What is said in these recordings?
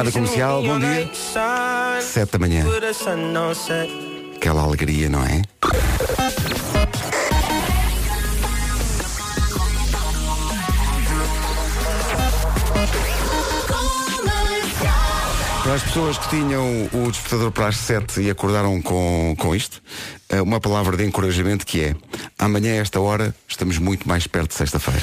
Rádio Comercial, bom dia. 7 da manhã. Aquela alegria, não é? Para as pessoas que tinham o despertador para as 7 e acordaram com, com isto, eh, uma palavra de encorajamento que é amanhã a esta hora estamos muito mais perto de sexta-feira.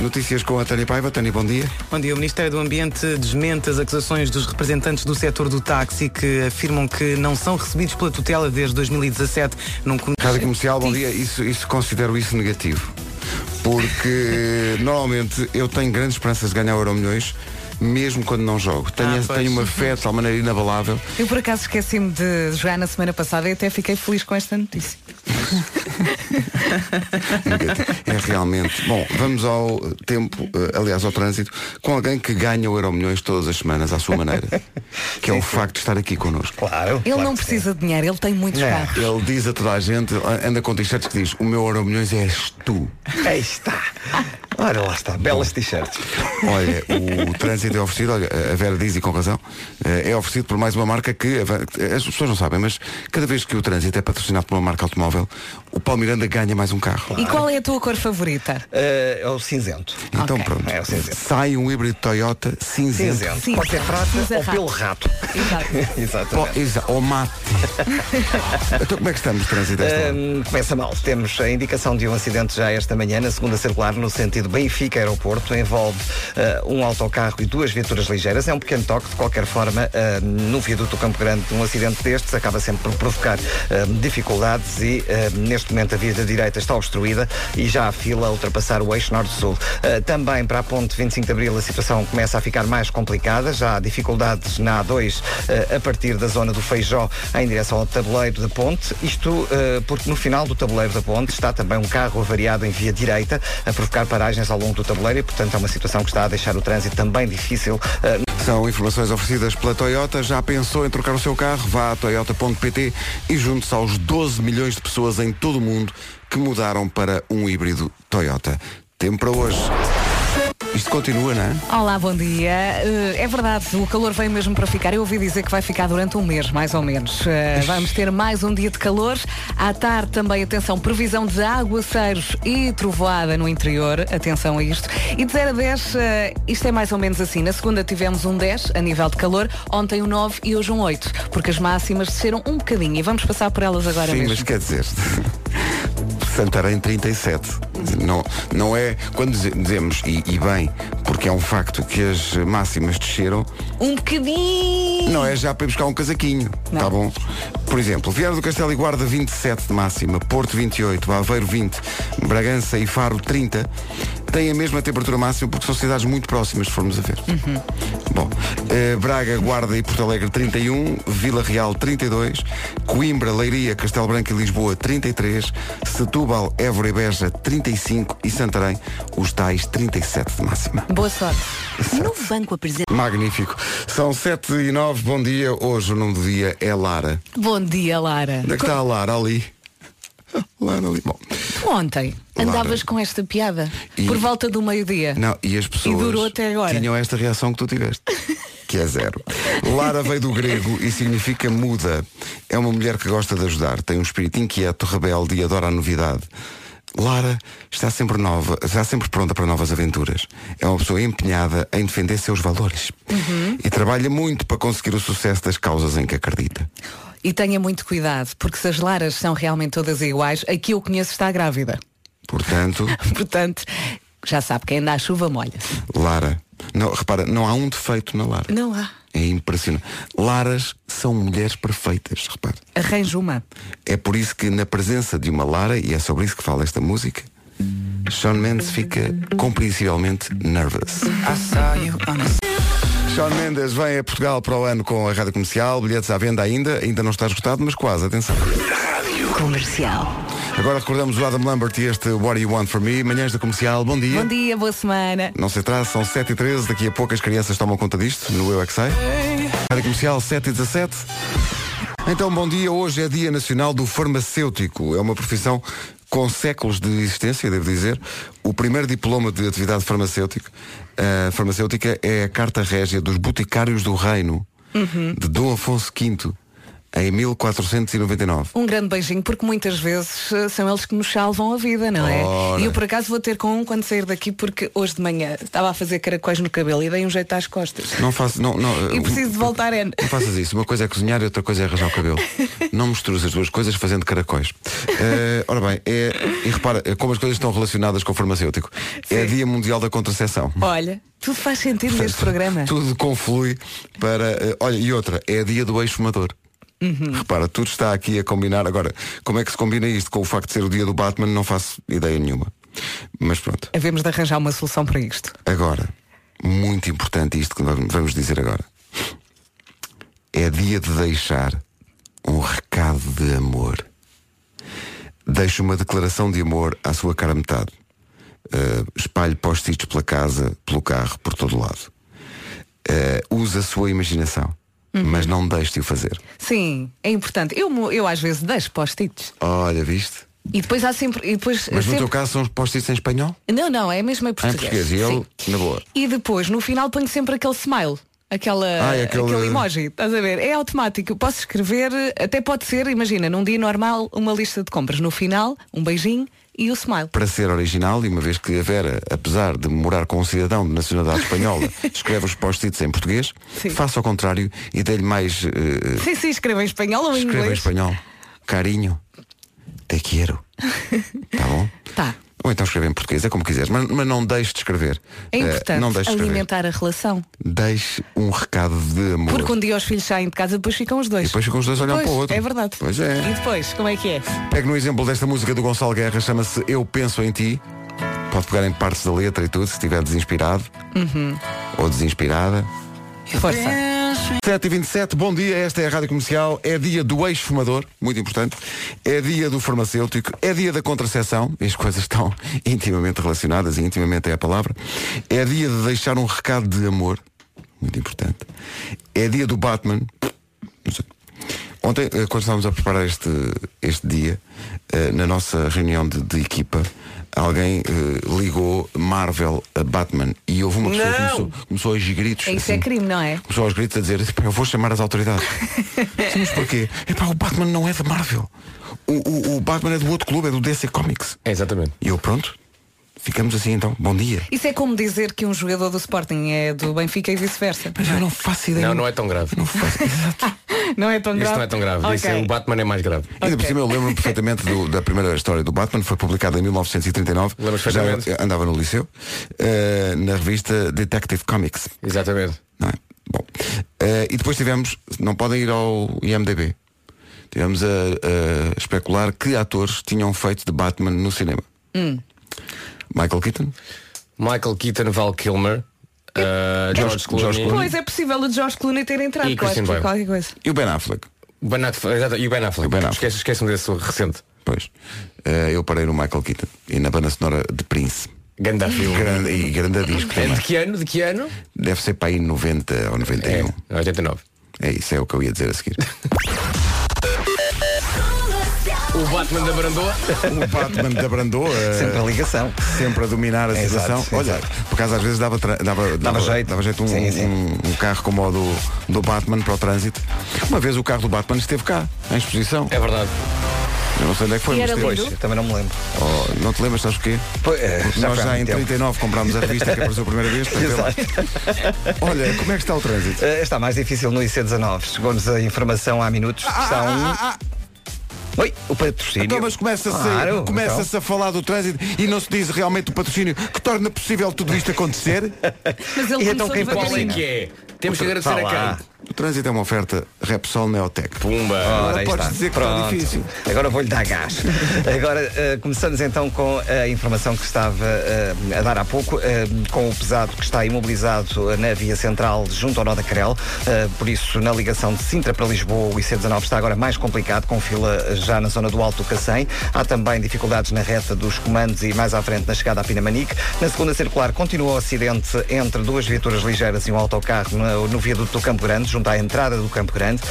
Notícias com a Tânia Paiva. Tânia, bom dia. Bom dia. O Ministério do Ambiente desmente as acusações dos representantes do setor do táxi que afirmam que não são recebidos pela tutela desde 2017 num com- Rádio Comercial, bom dia. Isso, isso considero isso negativo. Porque normalmente eu tenho grandes esperanças de ganhar o Euro Milhões, mesmo quando não jogo. Tenho, Ah, pois. tenho uma fé de tal maneira inabalável. Eu por acaso esqueci-me de jogar na semana passada e até fiquei feliz com esta notícia. É realmente. Bom, vamos ao tempo, eh, aliás, ao trânsito, com alguém que ganha o Euro Milhões todas as semanas, à sua maneira. que é o facto de estar aqui connosco. Claro. Ele claro não que sim. precisa de dinheiro, ele tem muitos Não. carros. É, Ele diz a toda a gente, anda com t-shirts que diz, o meu Euro Milhões és tu. Aí está. Olha lá está, belas t-shirts. Olha, o trânsito é oferecido, olha, a Vera diz e com razão, eh, é oferecido por mais uma marca que ava- as pessoas não sabem, mas cada vez que o trânsito é patrocinado por uma marca automóvel, o Paulo Miranda ganha mais um carro. E qual é a tua cor favorita? Eh, é o cinzento. Então Ok. pronto, É o cinzento. sai um híbrido Toyota cinzento. Cinzento. Cinza. Pode ser prata Cinza ou rato. pelo rato. Exato. Pó- Exatamente. Oh, exa- Ou mate. então como é que estamos de trânsito a esta hora? Hum, começa mal. Temos a indicação de um acidente já esta manhã na segunda circular no sentido Benfica Aeroporto. Envolve eh, um autocarro e duas viaturas ligeiras. É um pequeno toque, de qualquer forma, eh, no viaduto do Campo Grande, um acidente destes acaba sempre por provocar eh, dificuldades e eh, neste momento a via da direita está obstruída e já a fila a ultrapassar o eixo norte-sul. Eh, também para a ponte 25 de Abril a situação começa a ficar mais complicada. Já há dificuldades na A2 eh, a partir da zona do Feijó em direção ao tabuleiro da ponte. Isto eh, porque no final do tabuleiro da ponte está também um carro avariado em via direita a provocar paragens ao longo do tabuleiro e, portanto, é uma situação que está a deixar o trânsito também difícil eh, São informações oferecidas pela Toyota. Já pensou em trocar o seu carro? Vá a toyota.pt e junte-se aos 12 milhões de pessoas em todo o mundo que mudaram para um híbrido Toyota. Tempo para hoje. Isto continua, não é? Olá, bom dia. Eh, É verdade, o calor veio mesmo para ficar. Eu ouvi dizer que vai ficar durante um mês, mais ou menos. Eh, Vamos ter mais um dia de calor. À tarde também, atenção, previsão de aguaceiros e trovoada no interior. Atenção a isto. E de 0 a 10, eh, isto é mais ou menos assim. Na segunda tivemos um 10 a nível de calor, ontem um 9 e hoje um 8, porque as máximas desceram um bocadinho e vamos passar por elas agora Sim, mesmo. mas quer dizer. Santarém 37. Não, não é. Quando dize- dizemos, e, e bem, porque é um facto que as máximas desceram, Um bocadinho! Não é já para ir buscar um casaquinho, Não. tá bom? Por exemplo, Vieira do Castelo e Guarda 27 de máxima, Porto 28, Aveiro 20, Bragança e Faro 30, têm a mesma temperatura máxima porque são cidades muito próximas, se formos a ver. Bom, eh, Braga, Guarda e Porto Alegre 31, Vila Real 32, Coimbra, Leiria, Castelo Branco e Lisboa 33, Setúbal, Évora e Beja 35 e Santarém os tais 37 de máxima. Boa sorte. Magnífico. São 7 e 9, bom dia. Hoje o nome do dia é Lara. Bom dia, Lara. Onde é que está a Lara? Ali. Lara ali. Bom, Ontem Lara. andavas com esta piada E- por volta do meio-dia. não, e as pessoas E durou até agora. tinham esta reação que tu tiveste. Que é zero. Lara veio do grego e significa muda. É uma mulher que gosta de ajudar, tem um espírito inquieto, rebelde e adora a novidade. Lara está sempre nova, está sempre pronta para novas aventuras. É uma pessoa empenhada em defender seus valores Uhum. e trabalha muito para conseguir o sucesso das causas em que acredita. E tenha muito cuidado, porque se as laras são realmente todas iguais, a que eu conheço está grávida. Portanto, Portanto, já sabe, quem anda à chuva molha-se. Lara. Não, repara, não há um defeito na Lara. Não há. É impressionante. Laras são mulheres perfeitas, repara. Arranjo uma. É por isso que na presença de uma Lara, e é sobre isso que fala esta música, Sean Mendes fica compreensivelmente nervous. Sean Ah, Mendes vem a Portugal para o ano com a Rádio Comercial, bilhetes à venda ainda, ainda não está esgotado, mas quase, atenção. Comercial. Agora recordamos o Adam Lambert e este What Do You Want From Me, manhãs da comercial, bom dia. Bom dia, boa semana. Não se atrase, são 7h13, daqui a pouco as crianças tomam conta disto no Eu é que Sei. Rádio Comercial 7h17. Então, bom dia. Hoje é Dia Nacional do Farmacêutico. É uma profissão com séculos de existência, devo dizer, o primeiro diploma de atividade farmacêutica, eh, farmacêutica é a Carta Régia dos Boticários do Reino, Uhum. de Dom Afonso V, em 1499. Um grande beijinho, porque muitas vezes eh, são eles que nos salvam a vida, não é? Ora. E eu por acaso vou ter com um quando sair daqui, porque hoje de manhã estava a fazer caracóis no cabelo e dei um jeito às costas. Não faço, não, não, eh, E preciso de voltar a. Não faças isso. Uma coisa é cozinhar e outra coisa é arranjar o cabelo. Não misturas as duas coisas fazendo caracóis. Eh, ora bem, é- e repara eh, como as coisas estão relacionadas com o farmacêutico. É Sim. Dia Mundial da Contracepção. Olha, tudo faz sentido neste programa. Tudo conflui para. eh, olha, e outra, é Dia do Ex-Fumador. Uhum. Repara, tudo está aqui a combinar. Agora, como é que se combina isto com o facto de ser o dia do Batman? Não faço ideia nenhuma. Mas pronto. Havemos de arranjar uma solução para isto. Agora, muito importante isto que vamos vamos dizer agora. É dia de deixar um recado de amor. Deixe uma declaração de amor à sua cara metade. Eh, espalhe post-its pela casa, pelo carro, por todo lado. Eh, use a sua imaginação, Uhum. mas não deixe de o fazer. Sim, é importante. Eu, mo- eu às vezes deixo post-its. Olha, viste? E depois há sempre. E depois Mas no sempre... teu caso são os post-its em espanhol? Não, não, é mesmo em Ah, Em português. português. E Sim. eu, na boa. E depois, no final, ponho sempre aquele smile. Aquela, Ah, é aquele- aquele... emoji, estás a ver? É automático. Posso escrever, até pode ser, imagina, num dia normal, uma lista de compras. No final, um beijinho e o smile. para ser original e uma vez que a Vera, apesar de morar com um cidadão de nacionalidade espanhola, escreve os post-its em português, Sim. faça ao contrário e dê-lhe mais eh, Sim, sim, escreva em espanhol ou em escreva em inglês. espanhol. Carinho, te quero. tá bom? Tá. Ou então escreve em português, é como quiseres, mas, mas não deixe de escrever. É Eh, importante não deixe de escrever. alimentar a relação. Deixe um recado de amor. Porque um dia os filhos saem de casa, depois ficam os dois. E depois ficam os dois a olhar um Pois, para o outro. É verdade. Pois é. E depois, como é que é? Pegue no exemplo desta música do Gonçalo Guerra, chama-se Eu Penso em Ti. Pode pegar em partes da letra e tudo, se estiver desinspirado. Uhum. Ou desinspirada. Força. 7h27, bom dia, esta é a Rádio Comercial. É dia do ex-fumador, muito importante. É dia do farmacêutico, é dia da contracepção. As coisas estão intimamente relacionadas e intimamente é a palavra. É dia de deixar um recado de amor, muito importante. É dia do Batman. Não sei. Ontem, eh, quando estávamos a preparar este, este dia, eh, na nossa reunião de, de equipa, alguém eh, ligou Marvel a Batman e houve uma pessoa que Não! começou, começou a ouvir gritos. Isso é assim. crime, não é? Começou aos gritos a dizer, "Epá, eu vou chamar as autoridades. Sim, Mas porquê? Epá, o Batman não é da Marvel. O, o- o Batman é do outro clube, é do DC Comics. É, exatamente. E eu pronto, ficamos assim então. Bom dia. Isso é como dizer que um jogador do Sporting é do Benfica e vice-versa. Mas eu não faço ideia. Não, não é tão grave. Não faço. Não é tão grave. Isso não é tão grave. Isso é- Ok. o Batman é mais grave. Ainda por Ok. cima eu lembro-me perfeitamente do- da primeira história do Batman, foi publicada em 1939. Lembras Já perfeitamente? eu andava no liceu, eh, na revista Detective Comics. Exatamente. não é? Bom. eh, e depois tivemos, não podem ir ao IMDB. Tivemos a, a especular que atores tinham feito de Batman no cinema. Hum. Michael Keaton, Michael Keaton, Val Kilmer, uh, George, Clooney, George Clooney. Pois é possível o George Clooney ter entrado, E claro, Christian Bale. qualquer coisa. e o Ben Affleck. Ben Affleck, exato, e o Ben Affleck. O Ben Affleck. Esquece- Esquece-me desse recente. Pois. Eh, eu parei no Michael Keaton e na banda sonora de Prince. Ganda filme. Grande, e grande disco É também. de que ano? De que ano? Deve ser para aí 90 ou 91. É, 89. É isso, é o que eu ia dizer a seguir. O Batman da Brandoa. o Batman da Brandoa. Sempre a ligação. eh, sempre a dominar a Exato, situação. Olha, exato. por acaso às vezes dava, tra- dava, dava- jeito. dava jeito um, Sim, sim. um- um carro como o do, do Batman para o trânsito. Uma vez o carro do Batman esteve cá, em exposição. É verdade. Eu não sei onde é que foi, E mas era esteve. lindo. Eu também não me lembro. Oh, não te lembras, sabes porquê? Pois, é, Porque já nós foi há já muito em tempo. 39 comprámos a revista que apareceu a primeira vez. portanto, ela- Olha, como é que está o trânsito? Eh, Está mais difícil no IC19. Chegou-nos a informação há minutos Ah, que está um. Oi, o patrocínio. Então, mas começa-se Claro, começa então. a falar do trânsito e não se diz realmente o patrocínio que torna possível tudo isto acontecer? Mas ele E então começou quem Qual é devagarinho. que é? Temos que agradecer Está a lá. quem? O trânsito é uma oferta Repsol Neotec. Pumba. Agora aí podes está. dizer que está Pronto. difícil. Agora vou-lhe dar gás. Agora eh, começamos então com a informação que estava eh, a dar há pouco, eh, com o pesado que está imobilizado eh, na via central junto ao Nó da Carel. Eh, por isso, na ligação de Sintra para Lisboa, o IC19 está agora mais complicado, com fila já na zona do Alto do Cacém. Há também dificuldades na reta dos comandos e mais à frente na chegada à Pinamanique. Na segunda circular continua o acidente entre duas viaturas ligeiras e um autocarro no, no viaduto do Campo Grande, junto à entrada do Campo Grande.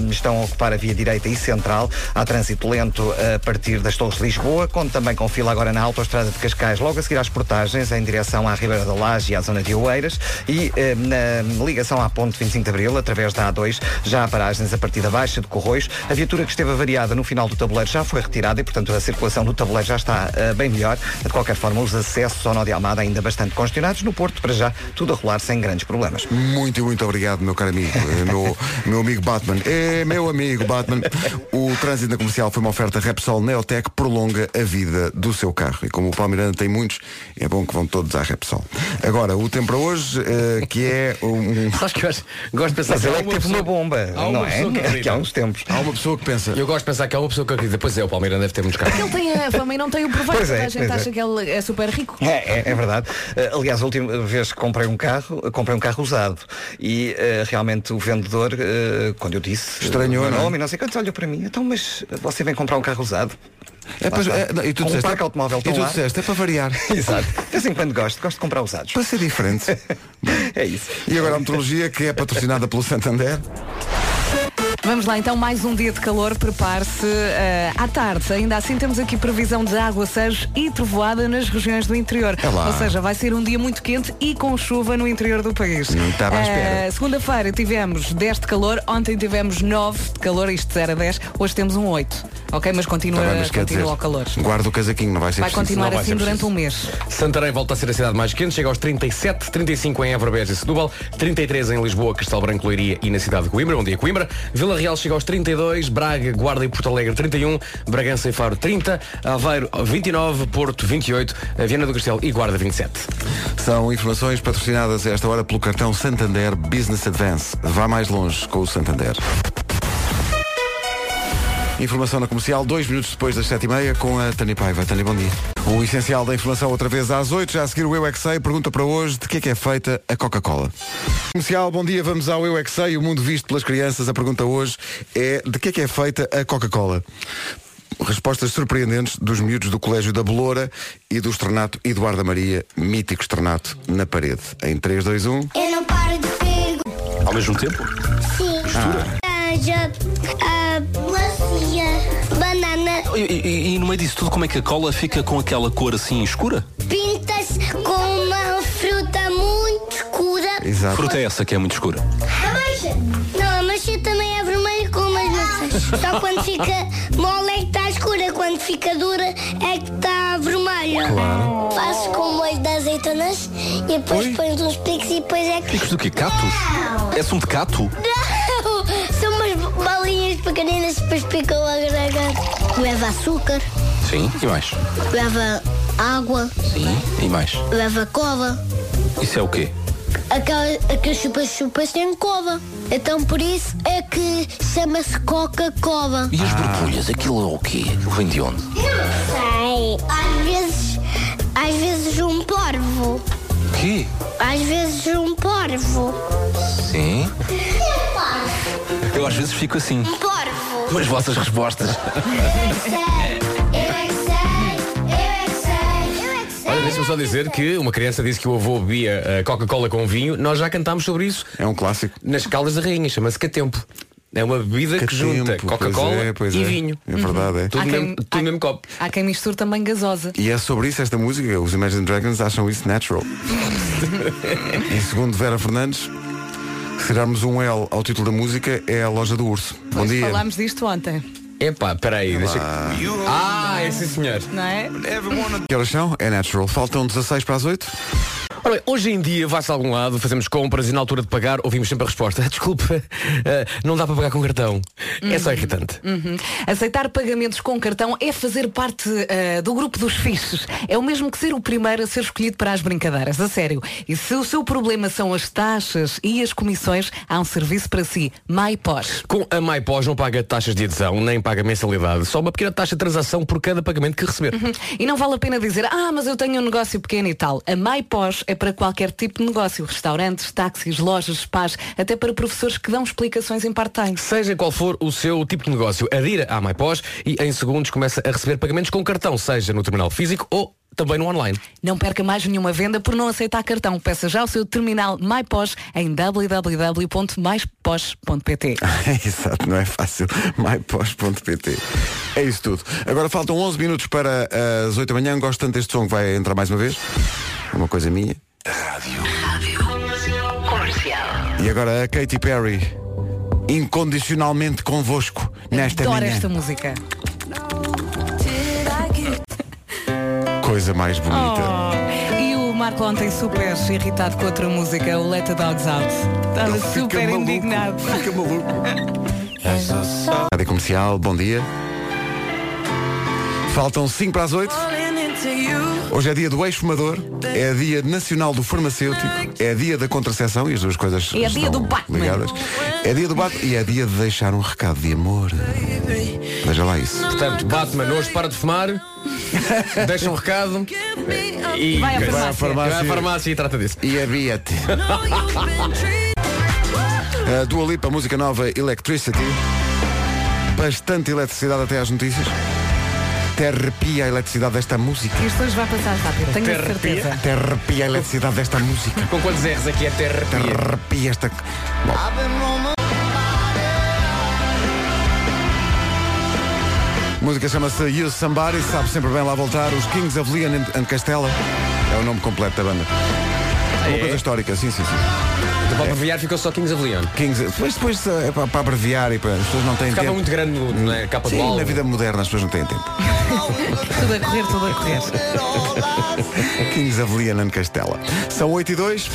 Um, estão a ocupar a via direita e central. Há trânsito lento a partir das Torres de Lisboa, conto também com fila agora na Autostrada de Cascais, logo a seguir às portagens, em direção à Ribeira da Laje e à zona de Oeiras. E um, na ligação à Ponte 25 de Abril, através da A2, já há paragens a partir da Baixa de Corroios. A viatura que esteve variada no final do tabuleiro já foi retirada e, portanto, a circulação do tabuleiro já está uh, bem melhor. De qualquer forma, os acessos ao Nó de Almada ainda bastante congestionados. No Porto, para já, tudo a rolar sem grandes problemas. Muito, muito obrigado, meu caro amigo. Eh, meu, meu amigo Batman. É, meu amigo Batman. O trânsito na comercial foi uma oferta Repsol Neotec, prolonga a vida do seu carro. E como o Palmeiranda tem muitos, é bom que vão todos à Repsol. Agora, o tempo para hoje, eh, que é um. Sabes que eu acho- gosto de pensar Mas que ele há é que uma teve uma pessoa- bomba, há uma não é? pessoa que Que acredita. há uns tempos. Há uma pessoa que pensa. Eu gosto de pensar que há uma pessoa que acredita. Pois é, o Palmeiras deve ter muitos carros. Ele tem a fama e não tem o proveito. Pois é, a gente pois é. acha que ele é super rico. É, é, é verdade. Eh, aliás, a última vez que comprei um carro, eh, comprei um carro usado. E eh, realmente o vendedor, eh, quando eu disse. Estranhou, eh, o meu não é? nome, e não sei quantos, olhou para mim. Então, mas você vem comprar um carro usado? É Lá para, está. é, não, e tu Com disseste, um parque automóvel E tão tu lá. disseste, é para variar. Exato. De vez em quando gosto, gosto de comprar usados. para ser diferente. É isso. E agora a metrologia, que é patrocinada pelo Santander. Vamos lá então, mais um dia de calor, prepare-se eh, à tarde. Ainda assim temos aqui previsão de aguaceiros e trovoada nas regiões do interior. É lá. Ou seja, vai ser um dia muito quente e com chuva no interior do país. Não estava à Eh, espera. Segunda-feira tivemos 10 de calor, ontem tivemos 9 de calor, isto de 0 a 10, hoje temos um 8. Ok, mas continua, Tá bem, mas quer continua dizer, o é calor. Guarda o casaquinho, não vai ser Vai preciso. continuar vai assim ser durante preciso. um mês. Santarém volta a ser a cidade mais quente, chega aos 37, 35 em Évora, Beja e Setúbal, 33 em Lisboa, Castelo Branco, Leiria e na cidade de Coimbra, bom dia Coimbra, Vila Real chega aos 32, Braga, Guarda e Porto Alegre 31, Bragança e Faro 30, Aveiro 29, Porto 28, Viana do Castelo e Guarda 27. São informações patrocinadas a esta hora pelo cartão Santander Business Advance. Vá mais longe com o Santander. Informação na comercial, dois minutos depois das sete e meia, com a Tânia Paiva. Tânia, bom dia. O essencial da informação outra vez às oito, já a seguir o Eu É Que Sei, pergunta para hoje de que é que é feita a Coca-Cola. Comercial, bom dia, vamos ao Eu É Que Sei, o mundo visto pelas crianças. A pergunta hoje é de que é que é feita a Coca-Cola? Respostas surpreendentes dos miúdos do Colégio da Beloura e do Estrenato Eduardo da Maria, mítico Estrenato, na parede. Em um. 3, 2, 1... Eu não paro de perguntar. Ao mesmo tempo? Sim. Laranja, ah, macia, banana, E, e- e no meio disso tudo, como é que a cola fica com aquela cor assim escura? pintas com uma fruta muito escura. A Exato. fruta é essa que é muito escura. Ameixa. Não, a ameixa também é vermelha com umas maçãs. Só quando fica mole é que está escura, quando fica dura é que está vermelha. Claro. Faço com molho de azeitonas e depois pões uns picos e depois é que... Picos do quê? Catos? É sumo de cato? Não! São umas bolinhas pequeninas que depois picam a garganta. Leva açúcar, Sim. E mais? leva água, Sim. E mais? leva cova. Isso é o quê? Aquelas, aquelas chupas-chupas têm cova. Então por isso é que chama-se Coca-Cola. E as borbulhas? Aquilo é o quê? Vem de onde? Sei. Às vezes, às vezes um porvo. O quê? Às vezes um porvo. Sim. Eu às vezes fico assim. Um porvo. Com as vossas respostas. Eu é que sei, eu é que sei, eu é que sei, eu é que sei. Olha, deixa-me só dizer que uma criança disse que o avô bebia eh, Coca-Cola com vinho, nós já cantámos sobre isso É um clássico. nas Caldas da Rainha, chama-se Catempo. É uma bebida que, junta tempo, pois Coca-Cola é, pois e é. vinho. Uhum. É verdade, é. Tudo quem- mesmo, tudo Uhum. há- mesmo copo. Há quem misture também gasosa. E é sobre isso esta música. Os Imagine Dragons acham isso natural. e segundo Vera Fernandes, se tirarmos um L ao título da música, é a loja do urso. Bom Pois dia. Falámos disto ontem, Epá, peraí, deixa Ah, é sim senhor. não é? Que horas são? É natural. Faltam 16 para as 8. Ora bem, hoje em dia vai-se a algum lado, fazemos compras e na altura de pagar ouvimos sempre a resposta. Desculpa, eh, não dá para pagar com cartão. É só irritante. Uhum. Aceitar pagamentos com cartão é fazer parte ah, do grupo dos fixes. É o mesmo que ser o primeiro a ser escolhido para as brincadeiras, a sério. E se o seu problema são as taxas e as comissões, há um serviço para si, MyPOS. Com a MyPós não paga taxas de adesão, nem paga mensalidade, só uma pequena taxa de transação por cada pagamento que receber. Hum. E não vale a pena dizer, ah, mas eu tenho um negócio pequeno e tal. A MyPOS é para qualquer tipo de negócio, restaurantes, táxis, lojas, spas, até para professores que dão explicações em part-time. Seja qual for o seu tipo de negócio, adira à MyPós e em segundos começa a receber pagamentos com cartão, seja no terminal físico ou também no online. Não perca mais nenhuma venda por não aceitar cartão. Peça já o seu terminal MyPOS em www.maispos.pt. Exato, não é fácil. mypos.pt É isso tudo. Agora faltam 11 minutos para eh, as 8 da manhã. Gosto tanto deste som que vai entrar mais uma vez. É uma coisa minha. E agora a Katy Perry, incondicionalmente convosco nesta Adoro manhã. esta música. Coisa mais bonita. Oh, E o Marco ontem super irritado com outra música, o Let the Dogs Out. Estava Ele fica super maluco, indignado. Fica maluco. Oh. Rádio Comercial, bom dia. Faltam 5 para as 8. Hoje é dia do ex-fumador, é dia nacional do farmacêutico, é dia da contracepção e as duas coisas E é estão dia do Batman. ligadas. É dia do Batman e é dia de deixar um recado de amor. Veja lá isso. Portanto, Batman, hoje para de fumar, deixa um recado e Vai à Vai Vai farmácia. à à farmácia farmácia e trata disso. e abia-te. A Dua Lipa, música nova Electricity. Bastante eletricidade até às notícias. Até arrepia a eletricidade desta música. Isto hoje vai passar rápido, tenho a Terapia. certeza. Até arrepia a eletricidade desta música. Com quantos R's aqui é Até terapia? arrepia esta. Bom. A música chama-se You Somebody, sabe sempre bem lá voltar. Os Kings of Leon and Castella é o nome completo da banda. Uma coisa histórica, sim, sim, sim. Ah, é? Então, Para abreviar ficou só Kings of Leon. 15. Depois, depois eh, é para, para abreviar e para as pessoas não têm Ficava tempo. muito grande no- na capa do Sim, álbum. na vida moderna as pessoas não têm tempo. Tudo a correr, tudo a correr. Kings of Leon and Castella. São 8 e 2.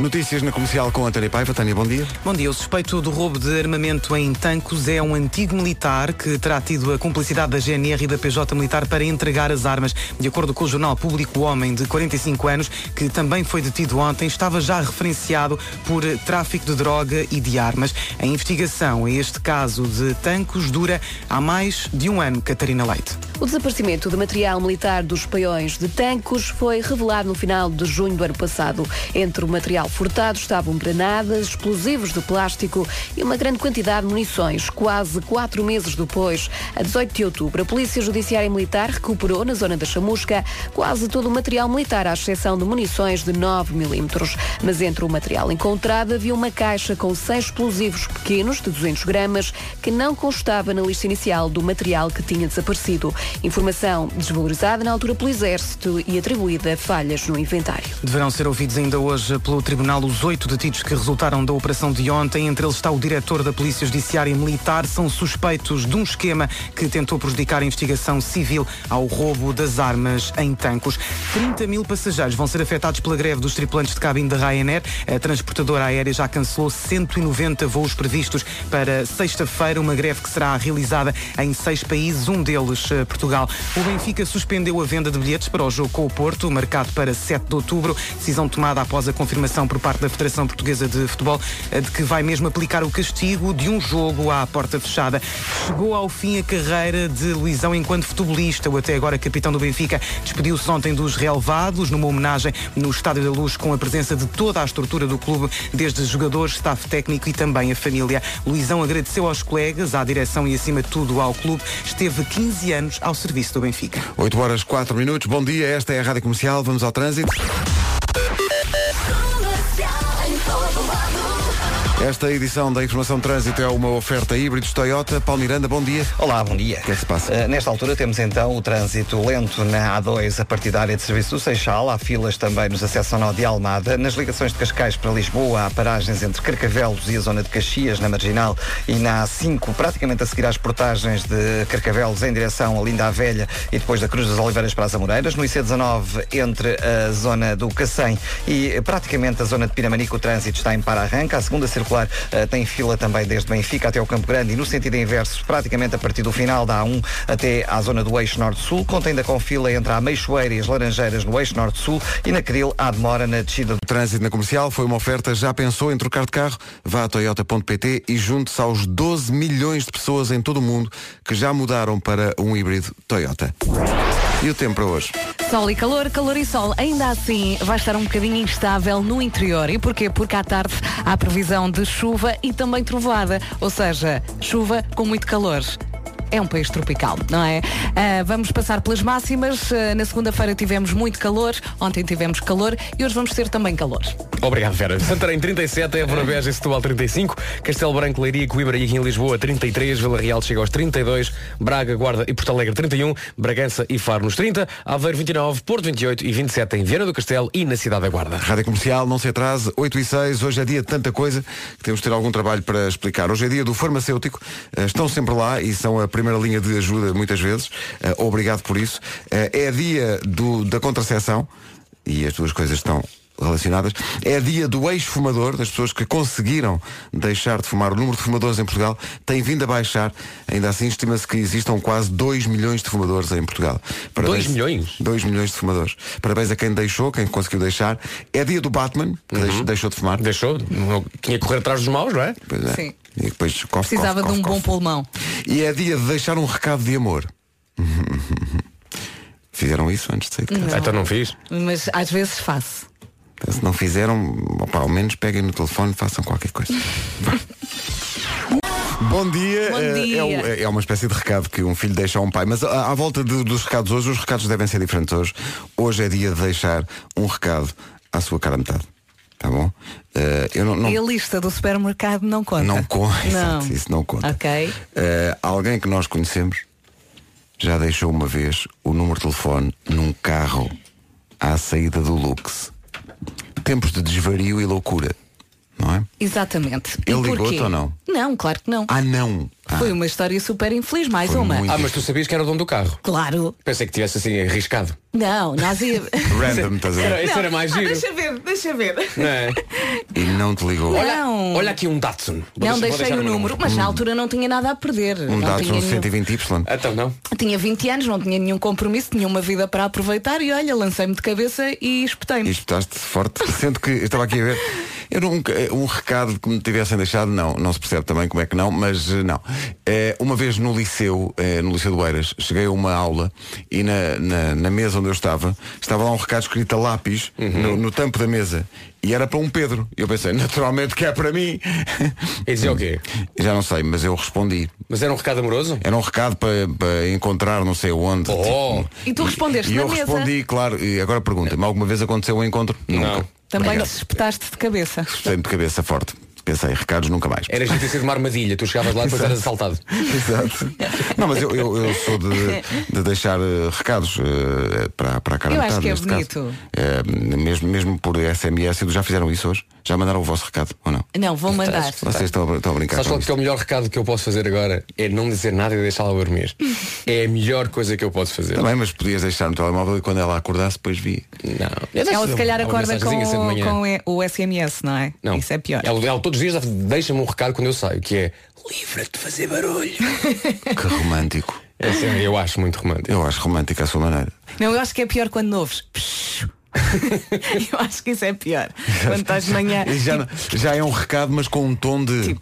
Notícias na comercial com António Paiva. Tânia, bom dia. Bom dia. O suspeito do roubo de armamento em Tancos é um antigo militar que terá tido a cumplicidade da GNR e da PJ Militar para entregar as armas. De acordo com o jornal Público, o homem de 45 anos, que também foi detido ontem, estava já referenciado por tráfico de droga e de armas. A investigação a este caso de Tancos dura há mais de um ano, Catarina Leite. O desaparecimento de material militar dos paiões de tancos foi revelado no final de junho do ano passado. Entre o material furtado estavam granadas, explosivos de plástico e uma grande quantidade de munições. Quase quatro meses depois, a 18 de outubro, a Polícia Judiciária Militar recuperou na zona da Chamusca quase todo o material militar, à exceção de munições de 9 milímetros. Mas entre o material encontrado havia uma caixa com seis explosivos pequenos de 200 gramas que não constava na lista inicial do material que tinha desaparecido. Informação desvalorizada na altura pelo Exército e atribuída a falhas no inventário. Deverão ser ouvidos ainda hoje pelo Tribunal os oito detidos que resultaram da operação de ontem. Entre eles está o diretor da Polícia Judiciária Militar. São suspeitos de um esquema que tentou prejudicar a investigação civil ao roubo das armas em tancos. 30 mil passageiros vão ser afetados pela greve dos tripulantes de cabine da Ryanair. A transportadora aérea já cancelou 190 voos previstos para sexta-feira, uma greve que será realizada em seis países, um deles eh, Portugal. O Benfica suspendeu a venda de bilhetes para o jogo com o Porto, marcado para 7 de outubro. Decisão tomada após a confirmação por parte da Federação Portuguesa de Futebol eh, de que vai mesmo aplicar o castigo de um jogo à porta fechada. Chegou ao fim a carreira de Luizão enquanto futebolista. O até agora capitão do Benfica despediu-se ontem dos relevados numa homenagem no Estádio da Luz com a presença de toda a estrutura do clube, desde jogadores, staff técnico e também a família. Luizão agradeceu aos colegas, à direção e acima de tudo ao clube. Esteve 15 anos ao serviço do Benfica. 8 horas 4 minutos. Bom dia, esta é a Rádio Comercial. Vamos ao trânsito. Esta edição da Informação de Trânsito é uma oferta híbridos Toyota. Paulo Miranda, bom dia. Olá, bom dia. O que é que se passa? Eh, nesta altura temos então o trânsito lento na A2 a partir da área de serviço do Seixal. Há filas também nos acessos ao nó de Almada. Nas ligações de Cascais para Lisboa, há paragens entre Carcavelos e a zona de Caxias, na Marginal, e na A5, praticamente a seguir às portagens de Carcavelos em direção a Linda a Velha e depois da Cruz das Oliveiras para as Amoreiras. No IC19, entre a zona do Cacém e eh, praticamente a zona de Pinamanico, o trânsito está em para-arranca. A segunda circular eh, tem fila também desde Benfica até o Campo Grande e no sentido inverso, praticamente a partir do final da A1 até à zona do Eixo Norte-Sul. Contém ainda com fila entre a Meixoeira e as Laranjeiras no Eixo Norte-Sul e na Cril há demora na descida do Trânsito na comercial foi uma oferta. Já pensou em trocar de carro? Vá a Toyota.pt e junte-se aos 12 milhões de pessoas em todo o mundo que já mudaram para um híbrido Toyota. E o tempo para hoje? Sol e calor, calor e sol. Ainda assim, vai estar um bocadinho instável no interior. E porquê? Porque à tarde há previsão de chuva e também trovoada. Ou seja, chuva com muito calor. É um país tropical, não é? Ah, vamos passar pelas máximas. Ah, na segunda-feira tivemos muito calor, ontem tivemos calor e hoje vamos ter também calor. Obrigado, Vera. Santarém 37, É. Évora, Beja e Setúbal 35, Castelo Branco, Leiria, Coimbra e aqui em Lisboa 33, Vila Real chega aos 32, Braga, Guarda e Porto Alegre 31, Bragança e Faro nos 30, Aveiro 29, Porto 28 e 27 em Viana do Castelo e na Cidade da Guarda. Rádio Comercial, não se atrase, 8 e 6, hoje é dia de tanta coisa que temos de ter algum trabalho para explicar. Hoje é dia do farmacêutico, eh, estão sempre lá e são a primeira linha de ajuda muitas vezes, eh, obrigado por isso. Eh, É dia do- da contracepção, e as duas coisas estão relacionadas, é dia do ex-fumador, das pessoas que conseguiram deixar de fumar. O número de fumadores em Portugal tem vindo a baixar, ainda assim estima-se que existam quase 2 milhões de fumadores em Portugal. Parabéns- Dois milhões? 2 milhões de fumadores. Parabéns a quem deixou, quem conseguiu deixar. É dia do Batman, que deix- deixou, de fumar. Uhum. Deixou? Não- Tinha que correr atrás dos maus, não é? Pois é. Sim. E depois cof, Precisava cof, de um cof, bom cof. pulmão. E é dia de deixar um recado de amor. Fizeram isso antes de sair de casa. Ah, Então não fiz. Mas às vezes faço. Se não fizeram, opa, ao menos peguem no telefone, façam qualquer coisa. Vá. Bom dia, Bom eh, dia. É, um- é- é uma espécie de recado que um filho deixa a um pai, mas à, à volta de- dos recados hoje, os recados devem ser diferentes hoje. Hoje é dia de deixar um recado à sua cara metade. Tá bom? Eh, eu não, não- E a lista do supermercado não conta. Não conta. Não. Exato, isso não conta. Ok. Eh, alguém que nós conhecemos já deixou uma vez o número de telefone num carro à saída do Lux. Tempos de desvario e loucura, não é? Exatamente. E Ele ligou-te porquê? ou não? Não, claro que não. Ah, não! Ah, Foi uma história super infeliz, mais Foi uma. muito. Ah, mas tu sabias que era o dono do carro. Claro. Pensei que tivesse assim arriscado. Não, nós ia. random, estás a ver? Era- Isso Não. Ah, mais giro. deixa ver, deixa ver. Não é? E não te ligou. Olha, Não. olha aqui um Datsun. Vou Não, deixar- vou deixei deixar o meu número, mas na altura não tinha nada a perder. Hum. Um não Datsun tinha, nenhum- 120Y. Então não. tinha 20 anos, não tinha nenhum compromisso, tinha uma vida para aproveitar e olha, lancei-me de cabeça e E espetei-me. espetaste forte. Sendo que eu estava aqui a ver. Eu nunca, eh, um recado que me tivessem deixado, não, não se percebe também como é que não, mas eh, não. Eh, uma vez no liceu, eh, no Liceu do Eiras, cheguei a uma aula e na, na, na mesa onde eu estava, estava lá um recado escrito a lápis Uhum. no, no tampo da mesa. E era para um Pedro. E eu pensei, naturalmente que é para mim. E dizia o quê? Já não sei, mas eu respondi. Mas era um recado amoroso? Era um recado para, para encontrar não sei onde. tipo, Oh. E tu respondeste e na eu mesa. respondi, claro, e agora pergunta-me, alguma vez aconteceu um encontro? Nunca. Também Obrigado. te espetaste de cabeça. Tenho de cabeça forte. Pensei, recados nunca mais. Era gente sido uma armadilha, tu chegavas lá e depois eras assaltado. Exato. Não, mas eu, eu, eu sou de, de deixar eh, recados eh, para, para a cara Eu metade, acho que é neste bonito. caso. Eh, mesmo, mesmo por SMS, já fizeram isso hoje? Já mandaram o vosso recado, ou não? Não, vou mandar. Vocês estão a, estão a brincar Sabes com qual é que isso. é o melhor recado que eu posso fazer agora? É não dizer nada e deixá-la dormir. É a melhor coisa que eu posso fazer. Também, mas podias deixar no telemóvel e quando ela acordasse, depois vi. Não. Ela se calhar Uma acorda com, mensagenzinha sempre de manhã. com e- o SMS, não é? Não. Isso é pior. Ela, ela todos os dias deixa-me um recado quando eu saio, que é livra-te de fazer barulho. Que romântico. É assim, eu acho muito romântico. Eu acho romântico à sua maneira. Não, eu acho que é pior quando ouves. Psh. eu acho que isso é pior. Quando estás de manhã. Tipo, E Já, já é um recado, mas com um tom de.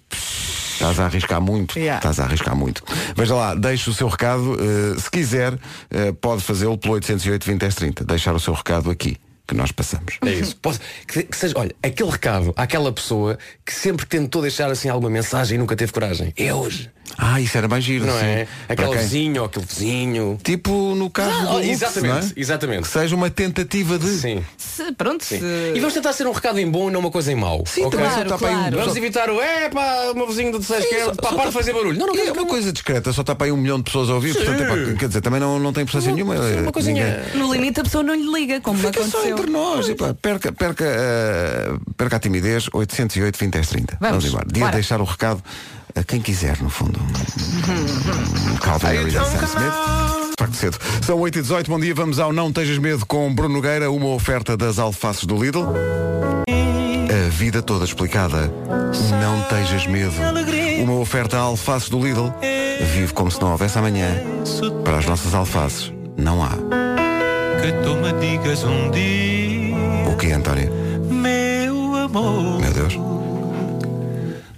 Estás a arriscar muito. Yeah. Estás a arriscar muito. Veja lá, deixe o seu recado. eh, se quiser, eh, pode fazê-lo pelo 808 20 10 30. Deixar o seu recado aqui, que nós passamos. É isso. Posso- que, que seja, olha, aquele recado àquela pessoa que sempre tentou deixar assim alguma mensagem e nunca teve coragem. É hoje. Ah, isso era mais giro, Não sim. é? Para Aquele quem- vizinho ou aquele vizinho. Tipo no caso Ah, do oh, Lux, exatamente, não é? exatamente. Que seja uma tentativa de. Sim. Se- pronto, se. Sim. E vamos tentar ser um recado em bom e não uma coisa em mau. Sim, ok? também Claro, só está para aí um- claro. Vamos só- evitar o é pá, o meu vizinho do terceiro esquerda, tá pá, para de fazer barulho. Não, não, É quero uma coisa discreta, só está para aí um milhão de pessoas a ouvir, portanto, é para- quer dizer, também não, não tem importância nenhuma. uma eh, coisinha. ninguém- No limite a pessoa não lhe liga, como Fica É só aconteceu. entre nós. epá, perca, perca, eh, perca a timidez, 808 20 10 30. Vamos, embora. Dia de bora. deixar o recado a quem quiser, no fundo. Um, Calvin Harris e então, Sam Smith. Fraco cedo. São 8 e 18 bom dia. Vamos ao Não Tejas Medo com Bruno Nogueira, uma oferta das alfaces do Lidl. A vida toda explicada. Não tejas medo. Uma oferta a alfaces do Lidl. Vive como se não houvesse amanhã. Para as nossas alfaces, não há. Que tu me digas um dia, O que, António? meu amor, Meu Deus.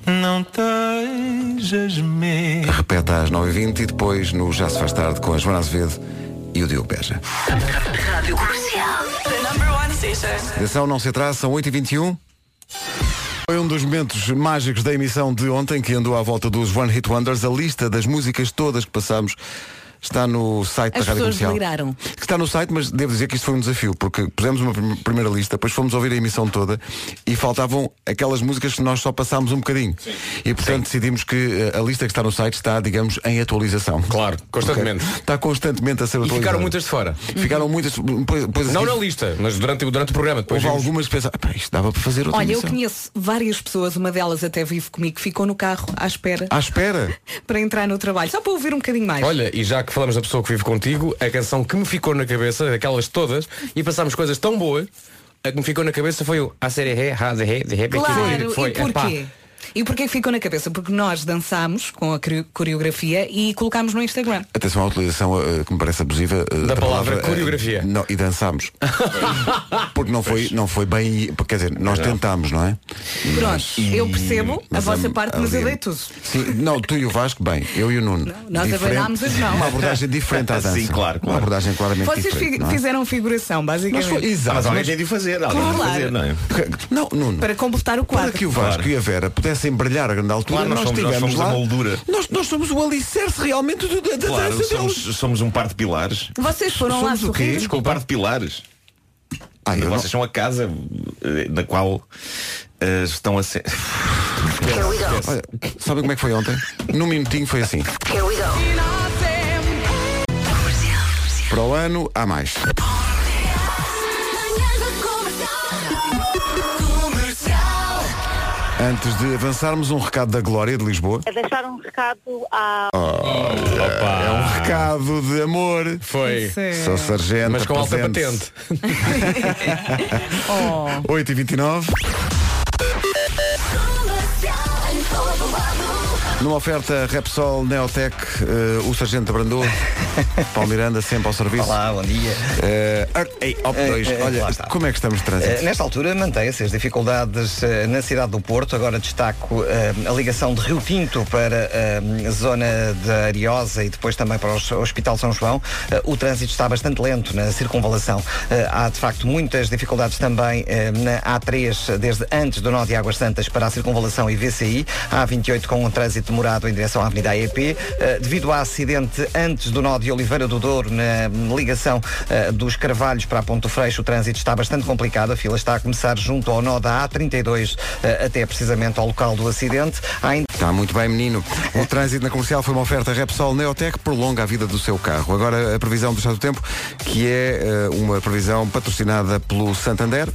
não tejas medo. Repete às 9h20 e depois no Já se faz tarde com a Joana Azevedo e o Diogo Beja. Rádio Comercial. The number one station. Atenção, não se atrasa, são 8h21. Foi um dos momentos mágicos da emissão de ontem que andou à volta dos One Hit Wonders. A lista das músicas todas que passamos está no site As da Rádio pessoas Comercial. deliraram. Que está no site, mas devo dizer que isto foi um desafio, porque pusemos uma prim- primeira lista, depois fomos ouvir a emissão toda e faltavam aquelas músicas que nós só passámos um bocadinho. E portanto decidimos que eh, a lista que está no site está, digamos, em atualização. Claro, constantemente. Ok? Está constantemente a ser E atualizada. ficaram muitas de fora. Uhum. Ficaram muitas. hum, Pois, pois é. Não aqui na lista, mas durante, durante o programa. Depois Houve vimos. algumas que pensaram, "Ah, pá, isto dava para fazer outra Olha, eu emissão." conheço várias pessoas, uma delas até vive comigo, que ficou no carro à espera À espera. para entrar no trabalho, só para ouvir um bocadinho mais. Olha, e já que falamos da pessoa que vive contigo, a canção que me ficou na cabeça, daquelas todas, e passámos coisas tão boas, a que me ficou na cabeça foi o A série Ré, Rá de Ré, de é Ré, Claro, foi, e epá. porquê? E porquê que ficou na cabeça? Porque nós dançámos com a coreo- coreografia e colocámos no Instagram. Atenção à utilização eh, que me parece abusiva eh, Da palavra eh, coreografia. não, e dançámos. Porque não foi, não foi bem. Quer dizer, nós tentámos, não é? Pronto, eu percebo a Mas vossa a- parte, mas eu ali- dei tudo. Sim, não, tu e o Vasco, bem, eu e o Nuno. nós Diferente- abanámos as mãos. Uma abordagem diferente à dança. Sim, claro, claro. Uma abordagem claramente Vocês diferente. fi- não é? fizeram figuração, Nós foi- basicamente. exato. Mas alguém mas- tem de o fazer, alguém tem de Claro. fazer, não é? Não, Nuno. Para completar o Para quadro. que o Vasco e a Vera pudessem brilhar a grande altura, Claro, nós somos- nós tivemos somos a lá- moldura. Nós, nós somos o alicerce realmente do- da da Claro, dança somos, deles. somos um par de pilares. Vocês foram lá Somos o quê? sorrir. Desculpa, um par de pilares. Ah, eu não- Vocês são a casa eh, na qual eh, estão a ser. Here we go. Olha, sabe como é que foi ontem? Num minutinho foi assim. Here we go. Comercial. Para o ano, há mais. Antes de avançarmos, um recado da Glória de Lisboa. É deixar um recado à É um recado de amor. Foi. Sim. Sou sargento. Mas com alta apresente-se. patente. Oh. 8h29. Numa oferta Repsol Neotec, eh, o Sargento Brandou, Paulo Miranda, sempre ao serviço. Olá, bom dia. Eh, ar- ei, op Eh, dois. eh, Olha, lá está. como é que estamos de Eh, trânsito? Nesta altura mantêm-se as dificuldades eh, na cidade do Porto. Agora destaco eh, a ligação de Rio Tinto para a zona de Ariosa e depois também para o Hos- Hospital São João. Eh, O trânsito está bastante lento na circunvalação. Eh, Há de facto muitas dificuldades também eh, na A3, desde antes do Nó de Águas Santas para É a circunvalação e VCI. A A28 com um trânsito demorado em direção à Avenida AEP. Eh, Devido a acidente antes do Nó de Oliveira do Douro, na ligação eh, dos Carvalhos para a Ponto Freixo, o trânsito está bastante complicado. A fila está a começar junto ao nó da A32, eh, até precisamente ao local do acidente. Há ainda Está Tá muito bem, menino. O trânsito na comercial foi uma oferta Repsol Neotec, prolonga a vida do seu carro. Agora a previsão do estado do tempo, que é eh, uma previsão patrocinada pelo Santander.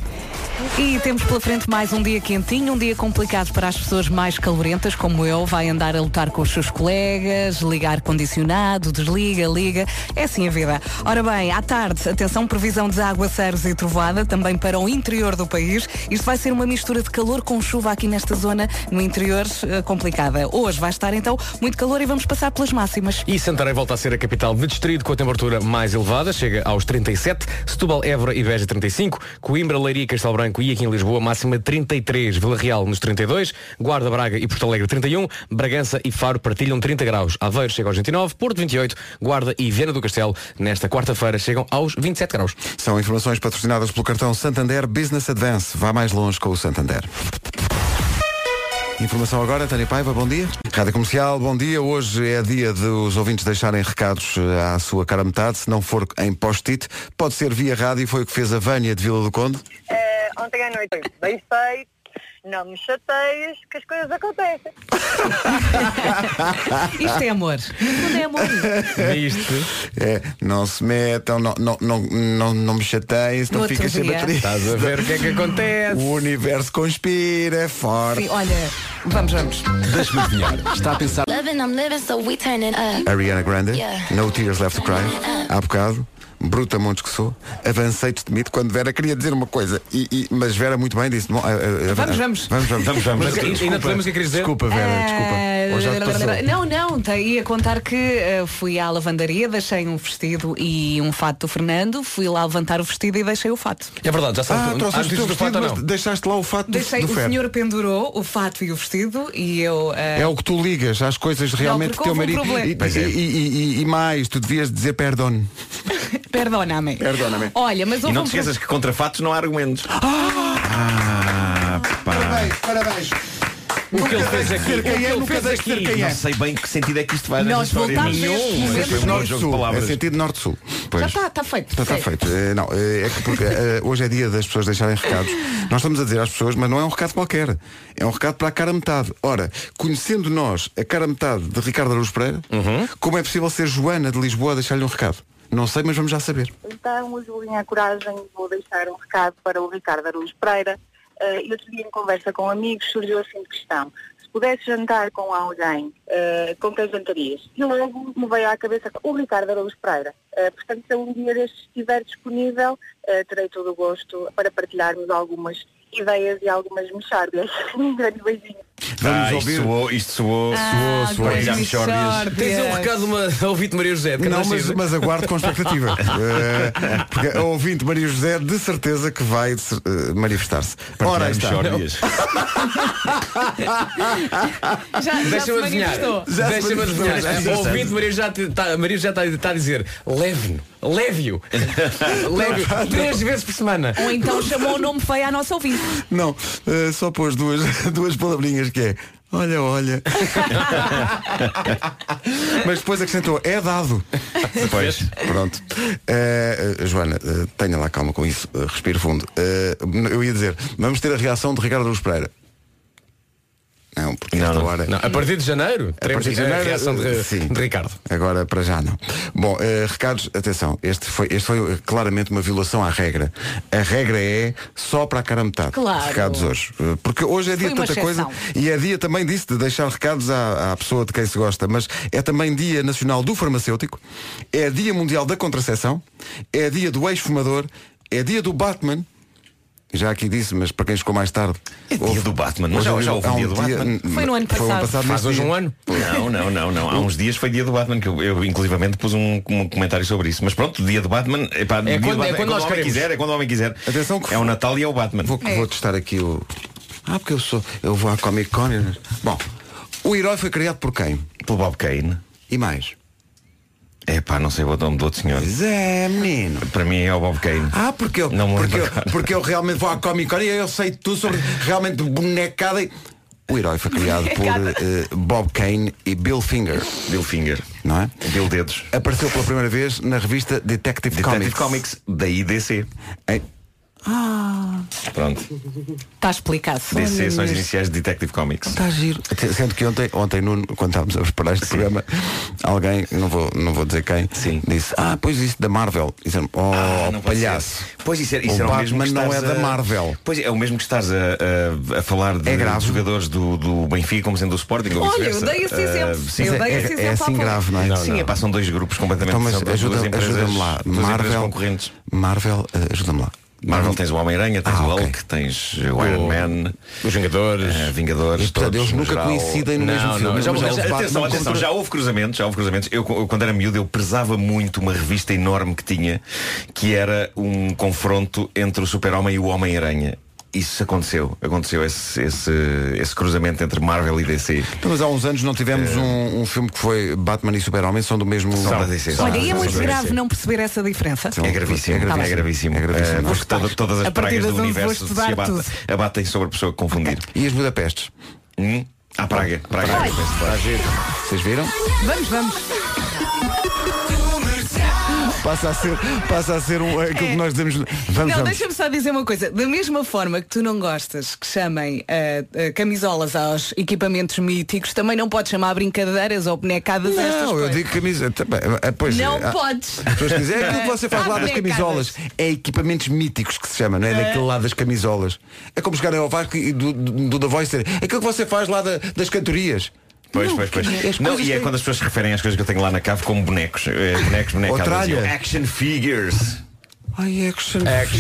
E temos pela frente mais um dia quentinho, um dia complicado para as pessoas mais calorentas, como eu. Vai andar a lutar com os seus colegas, ligar ar-condicionado, desliga, liga. É assim a vida. Ora bem, à tarde, atenção, previsão de aguaceiros e trovada, também para o interior do país. Isto vai ser uma mistura de calor com chuva aqui nesta zona, no interior, eh, complicada. Hoje vai estar então muito calor e vamos passar pelas máximas. E Santarém volta a ser a capital de distrito com a temperatura mais elevada, chega aos 37, Setúbal, Évora e Beja 35, Coimbra, Leiria, Castelo Branco e aqui em Lisboa máxima 33, Vila Real nos 32, Guarda, Braga e Porto Alegre 31, Bragança e Faro partilham 30 graus, Aveiro chega aos 29, Porto 28, Guarda e Viana do Castelo nesta quarta-feira chegam aos 27 graus. São informações patrocinadas pelo cartão Santander Business Advance. Vá mais longe com o Santander. Informação agora, Tânia Paiva, bom dia. Rádio Comercial, bom dia. Hoje é dia dos ouvintes deixarem recados eh, à sua cara metade, se não for em post-it. Pode ser via rádio, foi o que fez a Vânia de Vila do Conde. Eh, ontem à noite. Bem feito. Não me chateias que as coisas acontecem. Isto é amor. Tudo é amor. Isto. É, não se metam, não, não, não, não, não me chateiem, No senão outro ficas sempre dia. triste. Estás a ver o que é que acontece. O universo conspira, é forte. Sim, olha, vamos, vamos. Deixa-me adivinhar. Está a pensar. Loving, I'm living, so we turning up. Ariana Grande, Yeah. No Tears Left to Cry, há bocado, bruta montes que sou, avancei de temido quando Vera queria dizer uma coisa, e, e- mas Vera muito bem disse, "Bom, ah, ah, ah, Vamos, ah, vamos. vamos, vamos, Vamos, vamos. Mas, Mas ainda desculpa, podemos o que queres dizer? Desculpa, Vera, Ah, desculpa. Ou já te passou? Não, não, tá- ia contar que ah, fui à lavandaria, deixei um vestido e um fato do Fernando, fui lá levantar o vestido e deixei o fato. É verdade, já sabes. Ah, tu- trouxeste acho o que teu dizes do fato vestido, ou mas não. deixaste lá o fato do, Deixei, do o Fer. senhor pendurou o fato e o vestido e eu. ah, É o que tu ligas às coisas realmente que porque teu é. houve um marido. problema. e, e, e- e- e mais, tu devias dizer perdone. Perdóname. Perdóname. Olha, mas E houve não um te esqueças pro- que contra fatos não há argumentos. Ah, pá. parabéns. O que ele fez aqui, o que ele fez aqui. Não sei bem que sentido é que isto vai dar Nós na história. voltámos a este Nenhum. momento. Foi um mau jogo de É palavras. sentido norte-sul. Pois. Já está, está feito. Está, está Sim. feito. Eh, não, eh, é que porque eh, hoje é dia das pessoas deixarem recados. Nós estamos a dizer às pessoas, mas não é um recado qualquer. É um recado para a cara metade. Ora, conhecendo nós a cara metade de Ricardo Araújo Pereira, Uhum. como é possível ser Joana de Lisboa a deixar-lhe um recado? Não sei, mas vamos já saber. Então, o Julinho, a coragem, vou deixar um recado para o Ricardo Araújo Pereira. Eh, e outro dia, em conversa com amigos, surgiu assim a seguinte questão. Se pudesse jantar com alguém, eh, com quem jantarias? E logo me veio à cabeça o Ricardo Araújo Pereira. Eh, portanto, se um dia destes estiver disponível, eh, terei todo o gosto para partilharmos algumas ideias e algumas mexardas. um grande beijinho. Ah, isto soou, isto soou, Ah, soou, soou. Guilherme Já me chordes. Tens um recado de uma a ouvinte Maria José. É porque Não, anda mas, cedo. mas aguardo com expectativa. Eh, porque a ouvinte Maria José de certeza que vai de cer- eh, manifestar-se. Ora aí está. Já, já se Deixa-me adivinhar. manifestou. Já se Deixa-me manifestou. adivinhar. Já se A ouvinte Maria já está Maria já está está a dizer leve-no, leve-o, leve-o três vezes por semana. Ou então chamou o nome feio à nossa ouvinte. Não, eh, só pôs duas, duas palavrinhas que é olha, olha. Mas depois acrescentou, é dado. Pois. Pronto. Eh, eh, Joana, eh, tenha lá calma com isso, eh, respire fundo. Eh, eu ia dizer, vamos ter a reação de Ricardo Luz Pereira. Não, porque esta hora. é Não, a partir de janeiro, A teremos partir de a janeiro, reação de, eh, sim. de Ricardo. Agora para já não. Bom, eh, recados, atenção, este foi, este foi eh, claramente uma violação à regra. A regra é só para a cara metade. Claro. Recados hoje. Eh, Porque hoje é dia de Foi uma tanta coisa exceção. e é dia também disso, de deixar recados à, à pessoa de quem se gosta, mas é também dia nacional do farmacêutico, é dia mundial da contracepção, é dia do ex-fumador, é dia do Batman. Já aqui disse, mas para quem chegou mais tarde. É dia do Batman, não? Já- já houve um dia do Batman? Foi no ano Foi o ano passado. Faz passado neste hoje dia. um ano. Não, não, não, não. Há uns dias foi dia do Batman, que eu, eu inclusivamente pus um, um comentário sobre isso. Mas pronto, dia do Batman, epá, dia do quando- Batman, é quando nós o homem queremos. quiser, é quando o homem quiser. Atenção que é o Natal e é o Batman. Vou, vou testar aqui o. Ah, porque eu sou. Eu vou à Comic Con. e- Bom, o herói foi criado por quem? Pelo Bob Kane. E mais? É pá, não sei o nome do outro senhor. Pois é, menino. Para mim é o Bob Kane. Ah, porque eu, Não me porque, lembro eu, agora. porque eu realmente vou à Comic Con e eu sei que tu sou realmente bonecada. E... O herói foi criado por eh, Bob Kane e Bill Finger, Bill Finger. não é? Bill Dedos. Apareceu pela primeira vez na revista Detective, Detective Comics, da IDC. Em- Pronto. Está Tá explicado. DC são as assim, iniciais de Detective Comics. Está Tá giro. Até- Sendo que ontem, ontem Nuno, quando estávamos a preparar este programa, alguém, não vou, não vou dizer quem, Sim. disse, ah, pois isso da Marvel. E Disseram, oh, Ah, não pode palhaço. ser. Pois isso, é- isso O era o mesmo que Batman não é estás da a- Marvel. Pois é, é o mesmo que estás a, a- a falar de É grave. dos jogadores do, do Benfica como sendo do Sporting. ou Olha, eu vice-versa. dei esse Ah, exemplo. sim, Eu sim. dei É, esse é exemplo assim há grave, não é? Sim, é pá, são dois grupos completamente Então, mas são duas ajuda- empresas- ajuda-me lá. duas empresas Marvel, concorrentes. Marvel eh, ajuda-me lá. Marvel tens o Homem-Aranha, tens Ah, o ok. Hulk, tens o Iron Man, Os Vingadores. eh, Vingadores. E, portanto, todos, eles no nunca geral. coincidem no Não, mesmo não, filme. já- mas já- houve Batman Atenção, contra- atenção, já houve cruzamentos, já houve cruzamentos. Eu, eu, quando era miúdo, eu prezava muito uma revista enorme que tinha, que era um confronto entre o Super-Homem e o Homem-Aranha. Isso aconteceu, aconteceu esse, esse, esse cruzamento entre Marvel e DC. Então, Mas há uns anos não tivemos um, um filme que foi Batman e Super-Homem, são do mesmo. É. São da DC. são- Olha, e é são muito da grave DC. não perceber essa diferença. Tá É gravíssimo, é gravíssimo. É gravíssimo. É gravíssimo. Eh, porque toda- todas as A partir pragas das do 11 vou universo se estudar abate- tudo. abatem sobre a pessoa que confundir. E as Budapestes? Hum? Há praga. praga. Vocês viram? Vamos, vamos. Passa a ser, passa a ser um, aquilo que nós dizemos. Vamos, É. Não, vamos. deixa-me só dizer uma coisa. Da mesma forma que tu não gostas que chamem ah, ah, camisolas aos equipamentos míticos, também não podes chamar brincadeiras ou bonecadas a estas Não, eu coisas. digo camisa. também, eh, Pois, Não eh, há- podes. As pessoas dizem, é aquilo que você faz lá das Bonecas. camisolas. É equipamentos míticos que se chama, não é? Daquele lá das camisolas. É como chegar ao Vasco e do, do, do The Voice dizer, é aquilo que você faz lá da- das cantorias. Pois, Não, pois, que- as pois. Não, coisas e é têm- quando as pessoas se referem às coisas que eu tenho lá na cave como bonecos. eh, Bonecos, bonecas. assim, tralha. Action figures. Ai, action. Action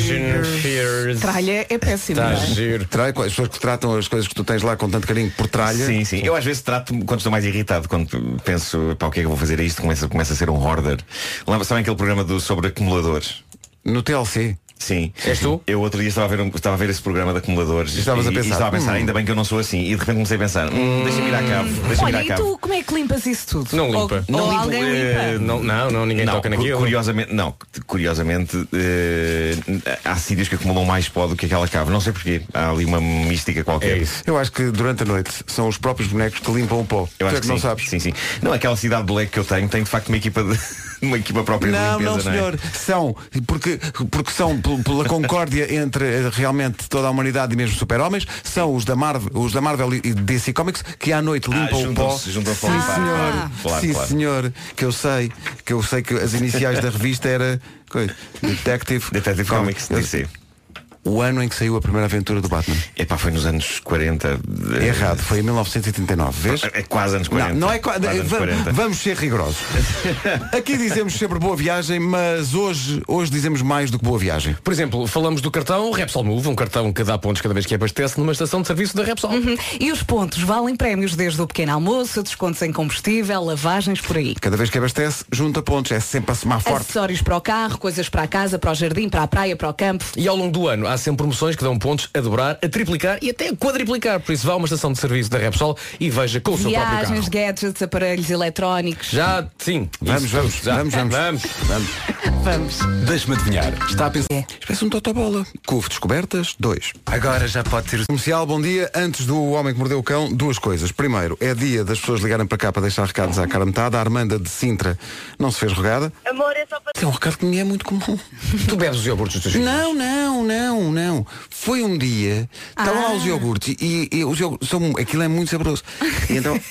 figures. Fears. Tralha é péssimo. tá Está não é? giro. Tralha, as pessoas que tratam as coisas que tu tens lá com tanto carinho por tralha. Sim, sim. Eu às vezes trato-me quando estou mais irritado, quando penso, pá, o que é que eu vou fazer a isto? Começa, começa a ser um hoarder. Lembra, sabem aquele programa do, sobre acumuladores? No TLC. Sim. És tu? Eu outro dia estava a ver, um- estava a ver esse programa de acumuladores e, estavas a e- e pensar, estava a pensar, hum. ainda bem que eu não sou assim. E de repente comecei a pensar, hum, deixa-me ir à cave, deixa-me ir Olha, à e cave. tu como é que limpas isso tudo? Não Ou- limpa. ou não limpa. alguém limpa. Eh, Não, não, ninguém toca naquilo. Curiosamente, não, curiosamente eh, há sítios que acumulam mais pó do que aquela cave. Não sei porquê. Há ali uma mística qualquer. Eu acho que durante a noite são os próprios bonecos que limpam o pó. Eu Tu acho é que que não sim. sabes. Sim, sim. Não, aquela cidade de leque que eu tenho tem de facto uma equipa de- uma equipa própria Não, de limpeza, é? não, senhor. São, porque, porque são, pel- pela concórdia entre eh, realmente toda a humanidade e mesmo super-homens, são os da, Marvel, os da Marvel e e DC Comics que à noite Ah, limpam o pó. juntam-se- juntam-se Sim, para limpar, senhor. claro, claro, Sim, claro. senhor. Que eu sei. Que eu sei que as iniciais da revista era coisa, Detective, Detective Comics, DC. O ano em que saiu a primeira aventura do Batman. Epá, foi nos anos 40. de- Errado, foi em 1939, vês? É quase anos 40. Não, não é qua- Quase anos va- 40. Vamos ser rigorosos. Aqui dizemos sempre boa viagem, mas hoje, hoje dizemos mais do que boa viagem. Por exemplo, falamos do cartão Repsol Move, um cartão que dá pontos cada vez que abastece numa estação de serviço da Repsol. Uhum. E os pontos valem prémios desde o pequeno almoço, descontos em combustível, lavagens por aí. Cada vez que abastece, junta pontos. É sempre a Ah, semar forte. Acessórios para o carro, coisas para a casa, para o jardim, para a praia, para o campo. E ao longo do ano há sempre promoções que dão pontos a dobrar, a triplicar e até a quadriplicar. Por isso vá a uma estação de serviço da Repsol e veja com o seu próprio carro. Viagens, gadgets, aparelhos eletrónicos. Já, sim. Vamos, Isso vamos, tudo, já. vamos, vamos. Vamos. Vamos. É. Deixa-me adivinhar. Está a pensar. Espécie um totobola. Couve descobertas, dois. Agora já pode ter. Comercial, bom dia. Antes do Homem que Mordeu o Cão, duas coisas. Primeiro, é dia das pessoas ligarem para cá para deixar recados à cara metade. A Armanda de Sintra não se fez rogada. Amor, é só para. É um recado que me é muito comum. Tu bebes os iogurtes dos teus filhos? Não, não, não, não. Foi um dia, estavam lá os Ah. iogurtes e, e os iogurtes, são, aquilo é muito saboroso. E então,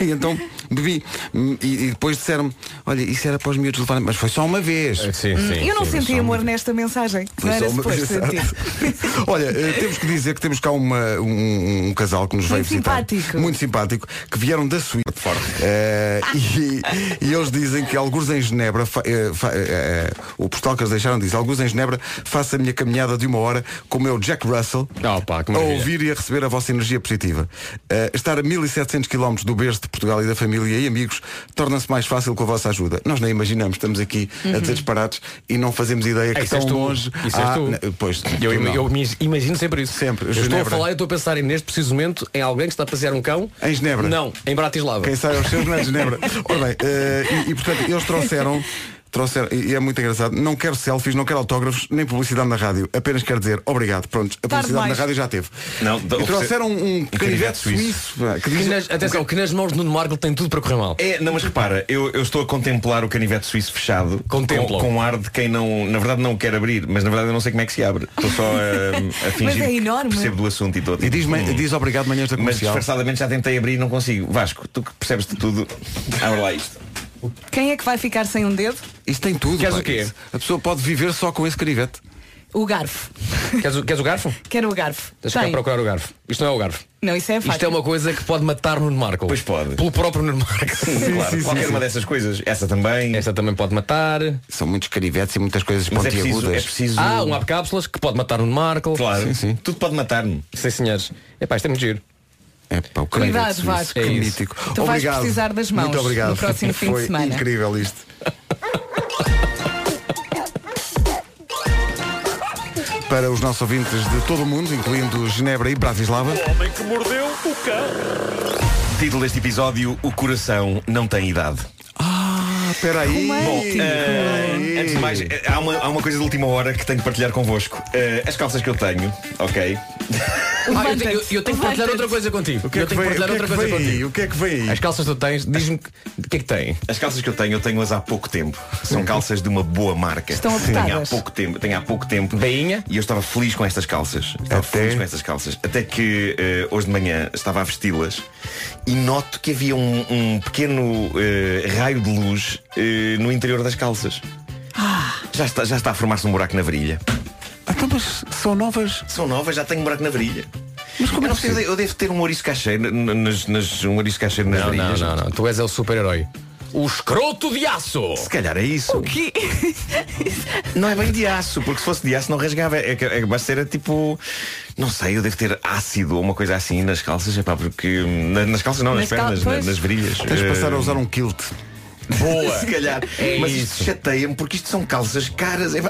e então bebi. E, e depois disseram-me, olha, isso era para os miúdos levarem, mas foi só uma vez. Sim, Hum, eu não senti amor nesta mensagem. Foi Não só era uma suposto mensagem. sentir. Olha, eh, temos que dizer que temos cá uma- um, um casal que nos veio Muito visitar. simpático. Muito simpático. Que vieram da Suíça. Eh, e, e eles dizem que alguns em Genebra, fa- eh, fa- eh, eh, o postal que eles deixaram diz, alguns em Genebra, faço a minha caminhada de uma hora como eu, Jack Russell, pá, que a maravilha. ouvir e a receber a vossa energia positiva. Eh, estar a 1700 km do berço de Portugal e da família e amigos torna-se mais fácil com a vossa ajuda. Nós nem imaginamos, estamos aqui a Uhum. dizer disparados e não fazemos ideia É que isso és tão É tu. longe. Isso és há- tu. na- Pois, Eu, tu não. im- eu me imagino sempre isso. Sempre. Eu estou a Genebra. falar e estou a pensar em, neste preciso momento em alguém que está a passear um cão. Em Genebra. Não, em Bratislava. Quem sai aos seus não é de Genebra. Ora bem, eh, e, e, portanto, eles trouxeram. Trouxeram, e e é muito engraçado, não quero selfies, não quero autógrafos, nem publicidade na rádio. Apenas quero dizer obrigado. Pronto, a publicidade na mais. rádio já teve. Não, e trouxeram um, canivete suíço, pá, que Que diz, nas- atenção, que nas mãos de Nuno Marco tem tudo para correr mal. É, não, mas repara, eu, eu estou a contemplar o canivete suíço fechado Contempla-o. com, com ar de quem não, na verdade não o quer abrir, mas na verdade eu não sei como é que se abre. Estou só a, a fingir é que enorme. percebo do assunto e todo. e diz, diz obrigado manhãs da Mas comercial. disfarçadamente já tentei abrir e não consigo. Vasco, tu que percebes de tudo, abre lá isto. Quem é que vai ficar sem um dedo? Isto tem tudo. Queres pá, o quê? isso. A pessoa pode viver só com esse canivete. O garfo. Queres, o- queres o garfo? Quero o garfo. Deixa cá Tem. procurar o garfo. Isto não é o garfo. Não, isso é a faca. Isto é uma coisa que pode matar Nuno Marco. Pois pode. Pelo próprio Nuno Marco. Claro, qualquer uma dessas coisas. Essa também. Esta também pode matar. São muitos canivetes e muitas coisas Mas é preciso, é pontiagudas. preciso. Há um abre cápsulas que pode matar Nuno Marco. Claro. Tudo pode matar-me. Sim, senhores. Epá, isto é muito giro. É pá, o canivete Cuidado, suíço. Vasco. Que É isso. mítico. Tu vais Obrigado. precisar das mãos Muito obrigado. no próximo fim de Foi semana. incrível isto. Para os nossos ouvintes de todo o mundo, incluindo Genebra e Bratislava. Ah, um Título deste episódio: O coração não tem idade. Ah, espera aí. Bom, Romântico. eh, antes de mais, eh, há uma, há uma coisa de última hora que tenho que partilhar convosco. Eh, as calças que eu tenho, ok? Ah, eu, tenho- eu- eu tenho que partilhar Levanta-te. outra coisa contigo. O que é eu que tenho que vem, o que partilhar é outra que coisa vem aí? contigo. O que é que vem aí? As calças que tu tens, diz-me que- o que é que tem. As calças que eu tenho, eu tenho-as há pouco tempo. São calças de uma boa marca. Estão Tenho há apertadas. pouco tempo. Tenho há pouco tempo. Bainha? E eu estava feliz com estas calças. Estava Até? feliz com estas calças. Até que eh, hoje de manhã estava a vesti-las e noto que havia um, um pequeno eh, raio de luz eh, no interior das calças. Já está, já está a formar-se um buraco na varilha. Ah, Então, mas são novas. São novas, já tenho um buraco na varilha. Mas como eu, é não preciso- possível? eu devo ter um ouriço cacheiro n- nas, nas, um ouriço cacheiro nas Não, não, varilhas. não, não. Tu és é o super-herói. O escroto de aço! Se calhar é isso. Que- Não é bem de aço, porque se fosse de aço não rasgava. É que é, que basta era tipo. Não sei, eu devo ter ácido ou uma coisa assim nas calças, é pá, porque. hum, na- nas calças não, nas, Nas cal- pernas, na- pois. nas virilhas. Tens de passar a Eh, usar um kilt. Boa! Se calhar. É Mas isso. isto chateia-me porque isto são calças caras. é Eu-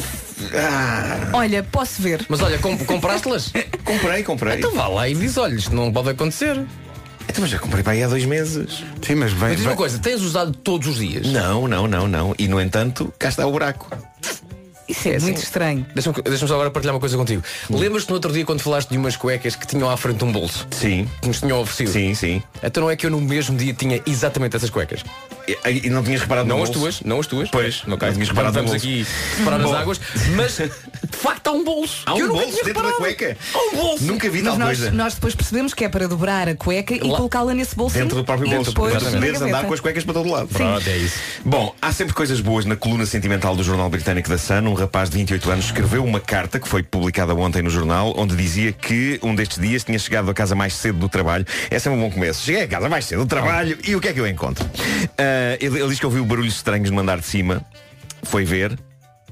eu- ah. Olha, posso ver. Mas olha, com- compraste-las? comprei, comprei. Então vá lá e diz, olha, isto não pode acontecer. Então, mas já comprei para aí há dois meses. Sim, mas vem. Mas diz uma coisa, tens usado todos os dias? Não, não, não, não. E no entanto, cá está o buraco. Isso é, assim. muito estranho. Deixa-me deixa-me só agora partilhar uma coisa contigo. Hum. Lembras-te no outro dia quando falaste de umas cuecas que tinham à frente um bolso? Sim. Que nos tinham oferecido? Sim, sim. Então não é que eu no mesmo dia tinha exatamente essas cuecas? E, e não tinhas reparado Não no as bolso? tuas, não as tuas. Pois, não, não tinhas reparado no estamos bolso. aqui separar as Bom. águas, mas de facto há um bolso. Há que um eu nunca bolso tinha dentro da reparado. cueca. Há um bolso. Nunca vi Mas tal nós, coisa. nós depois percebemos que é para dobrar a cueca e Lá- colocá-la nesse bolso. Dentro do próprio e bolso. depois para na poderes gaveta. andar com as cuecas para todo lado. Sim. Pronto, é isso. Bom, há sempre coisas boas na coluna sentimental do jornal britânico da Sun. Um rapaz de 28 anos escreveu uma carta que foi publicada ontem no jornal, onde dizia que um destes dias tinha chegado a casa mais cedo do trabalho. É sempre um bom começo. Cheguei a casa mais cedo do trabalho e o que é que eu encontro? Ah, ele, ele diz que ouviu barulhos estranhos no andar de cima, foi ver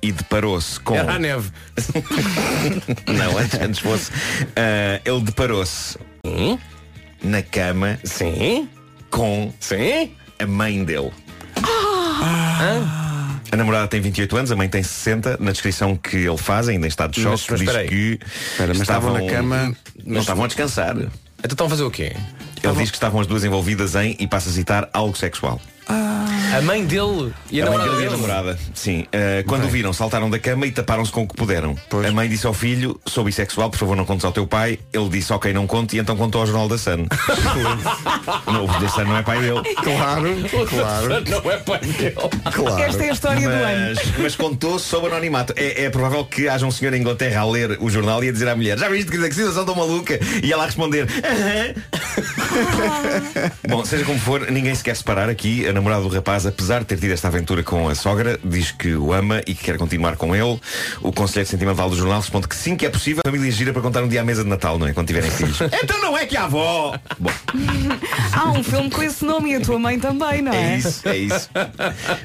e deparou-se com... Era a neve. Não, antes, antes fosse. Ah, ele deparou-se na cama Hum? Sim. com Sim. a mãe dele. Ah. A namorada tem 28 anos, a mãe tem 60. Na descrição que ele faz, ainda em estado de Mas- choque, mas diz espera aí. que mas estavam na cama- Não estavam a descansar. Ele Então estão a fazer o quê? diz que estavam as duas envolvidas em, e passa a citar, algo sexual. A mãe dele e a, Ah, a mãe namorada dele e a dele. namorada. Sim. Ah, quando o viram, saltaram da cama e taparam-se com o que puderam. A mãe disse ao filho, sou bissexual, por favor não contes ao teu pai. Ele disse, ok, não conte, e então contou ao jornal da Sun. não, o da Sun não é pai dele. Claro, claro. Não é pai dele. Claro. Esta é a história do ano. mas, mas contou sob anonimato. É, é provável que haja um senhor em Inglaterra a ler o jornal e a dizer à mulher, já viste que que situação tão maluca? E ela a responder, "Aham." Bom, seja como for, ninguém se quer separar aqui. A namorada do rapaz, apesar de ter tido esta aventura com a sogra, diz que o ama e que quer continuar com ele. O conselheiro sentimental do jornal responde que sim, que é possível. A família gira para contar um dia à mesa de Natal, não é? Quando tiverem filhos. então não é que a avó! Bom, Há um filme com esse nome e a tua mãe também, não é? é isso, é isso.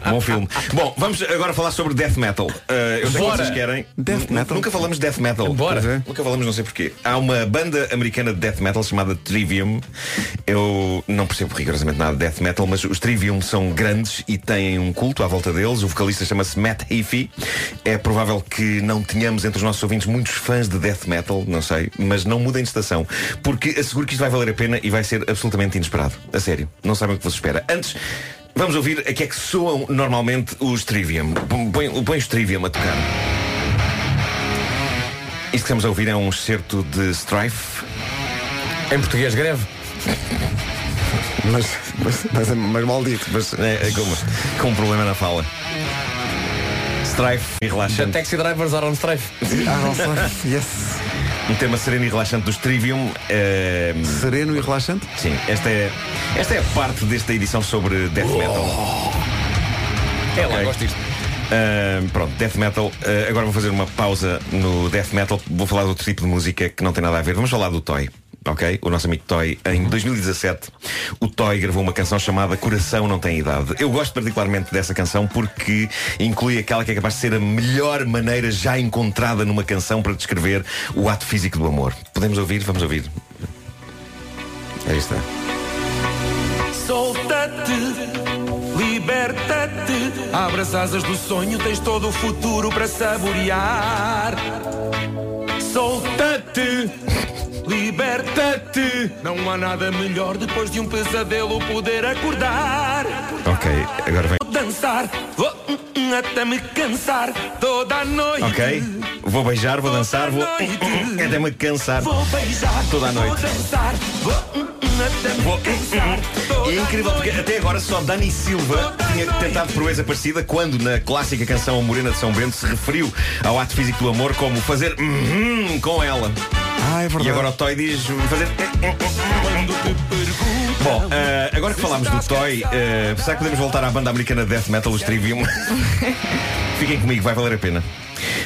Bom filme. Bom, vamos agora falar sobre death metal. Uh, eu sei que Bora. vocês querem. Death Nu- metal? Nunca falamos de death metal. Bora. Pois é. Nunca falamos, não sei porquê. Há uma banda americana de death metal chamada Trivium. Eu não percebo rigorosamente nada de death metal, mas os Trivium são grandes e têm um culto à volta deles. O vocalista chama-se Matt Heafy. É provável que não tenhamos entre os nossos ouvintes muitos fãs de death metal, não sei, mas não mudem de estação, porque asseguro que isto vai valer a pena e vai ser absolutamente inesperado. A sério, não sabem o que vos espera. Antes, vamos ouvir a que é que soam normalmente os Trivium. Põe, põe os Trivium a tocar. Isto que estamos a ouvir é um excerto de Strife. Em português, greve. Mas, mas, mas, é- mas mal dito. Mas, É, é como- com um problema na fala. Strife e The relaxante. taxi drivers are on strife. ah, não sei. Yes. Um tema sereno e relaxante dos Trivium. Eh, Sereno e relaxante. sim, esta é, esta é a parte desta edição sobre death metal. Oh. É lá, Ok. gosto disto. Ah, pronto, death metal. Ah, agora vou fazer uma pausa no death metal. Vou falar de outro tipo de música que não tem nada a ver. Vamos falar do Toy. Ok? O nosso amigo Toy, em 2017, o Toy gravou uma canção chamada Coração Não Tem Idade. Eu gosto particularmente dessa canção porque inclui aquela que é capaz de ser a melhor maneira já encontrada numa canção para descrever o ato físico do amor. Podemos ouvir? Vamos ouvir. Aí está. Solta-te, liberta-te. Abre as asas do sonho, tens todo o futuro para saborear. Solta-te, liberta-te. Não há nada melhor depois de um pesadelo poder acordar. Ok, agora vem. Vou dançar, vou hum, hum, até me cansar toda a noite. Ok? Vou beijar, vou dançar, vou. Até me cansar. Vou beijar Toda a noite. Vou dançar, vou hum, hum, até me cansar toda E é incrível a porque noite. até agora só Dani Silva tinha tentado proeza parecida quando na clássica canção A Morena de São Bento se referiu ao ato físico do amor como fazer uhum com ela. Ah, é verdade. E agora o Toy diz fazer. Bom, eh, agora que falámos do Toy, eh, será que podemos voltar à banda americana de death metal, os Trivium? Fiquem comigo, vai valer a pena.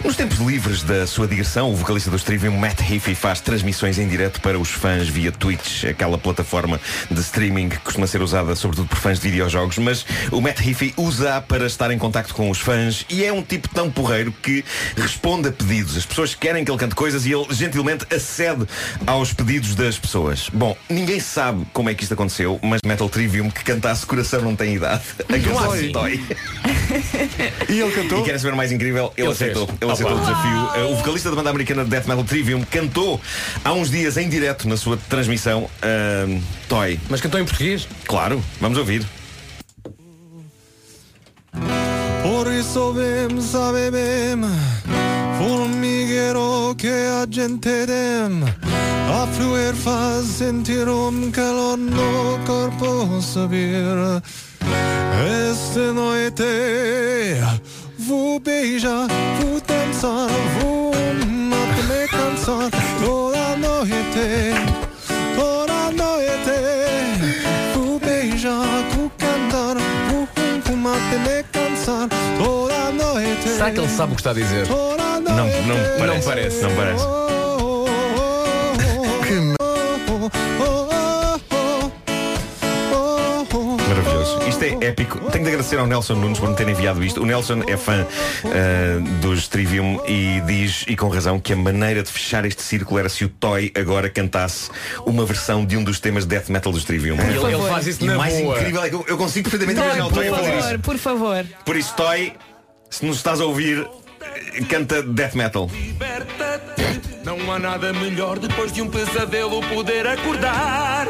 Nos tempos livres da sua digressão, o vocalista do Trivium, Matt Heafy, faz transmissões em direto para os fãs via Twitch, aquela plataforma de streaming que costuma ser usada sobretudo por fãs de videojogos, mas o Matt Heafy usa para estar em contacto com os fãs e é um tipo tão porreiro que responde a pedidos. As pessoas querem que ele cante coisas e ele gentilmente acede aos pedidos das pessoas. Bom, ninguém sabe como é que isto aconteceu, mas Metal Trivium, que cantasse Coração Não Tem Idade, aquilo Dói. dói. dói. E ele cantou? E querem saber o mais incrível? Ele, Ele aceitou. fez. Ele aceitou Opa. o desafio. Uh, O vocalista da banda americana de Death Metal Trivium cantou há uns dias em direto na sua transmissão ahm, Toy. Mas cantou em português? Claro, vamos ouvir. Por isso vem, sabe bem Formiguero que a gente tem A fluir faz sentir um calor no corpo subir Esta noite Vou beijar, vou dançar Vou até me cansar Toda noite Toda noite Vou beijar, vou cantar Vou fumar, até me cansar Toda noite Será que ele sabe o que está a dizer? Toda noite Não, não parece. Não parece. Não parece. Maravilhoso. Isto é épico. Tenho de agradecer ao Nelson Nunes por me ter enviado isto. O Nelson é fã ah, dos Trivium e diz, e com razão, que a maneira de fechar este círculo era se o Toy agora cantasse uma versão de um dos temas de death metal dos Trivium. Ele- ele Por faz isso E na o mais boa. incrível é que eu, eu consigo perfeitamente Toy, imaginar o Toy a por fazer isso. favor, por favor. Por isso, Toy, se nos estás a ouvir, canta death metal. Não há nada melhor depois de um pesadelo poder acordar.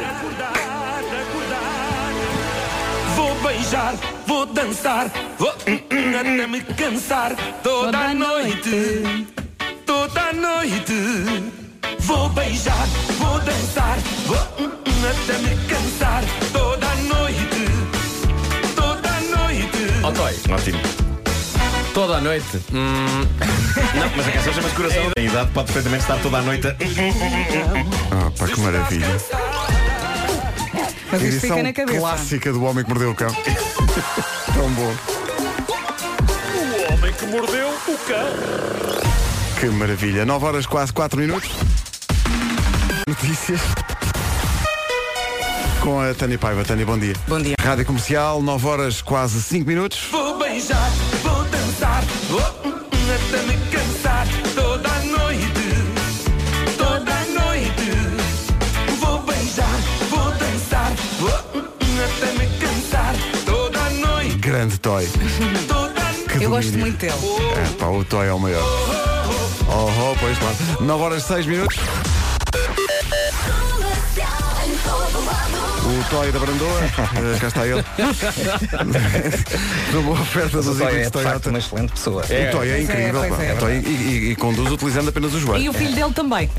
Vou beijar, vou dançar, vou hum, até me cansar toda, a noite. Toda a noite. Vou beijar, vou dançar, vou hum, até me cansar toda a noite. Toda a noite. Ó, Toy. Ótimo. Toda a noite. Hum. É. Não, mas a canção chama-se Coração. A idade pode perfeitamente estar toda a noite. Ah, pá, que maravilha. Mas isto Edição fica na cabeça. clássica do Homem que Mordeu o Cão. Tão bom. O homem que mordeu o cão. Que maravilha. 9 horas, quase 4 minutos. Notícias. Com a Tânia Paiva. Tânia, bom dia. Bom dia. Rádio Comercial, 9 horas, quase 5 minutos. Vou beijar, vou dançar, vou até me cansar toda a noite, toda a noite. Vou beijar, vou dançar, vou até me cansar toda a noite, Grande Toy. toda a noite. Que domínio. É, pá, o Toy é o maior. Oh, oh pois claro. 9 horas, 6 minutos. O Toy da Brandoa. Eh, cá está ele. Numa oferta Mas o dos Toy é, itens de facto, Toyota. uma excelente pessoa. O Toy é Pois é, incrível. pois pá. é. O Toy- e, e- e conduz utilizando apenas os joelhos. E o filho É dele também.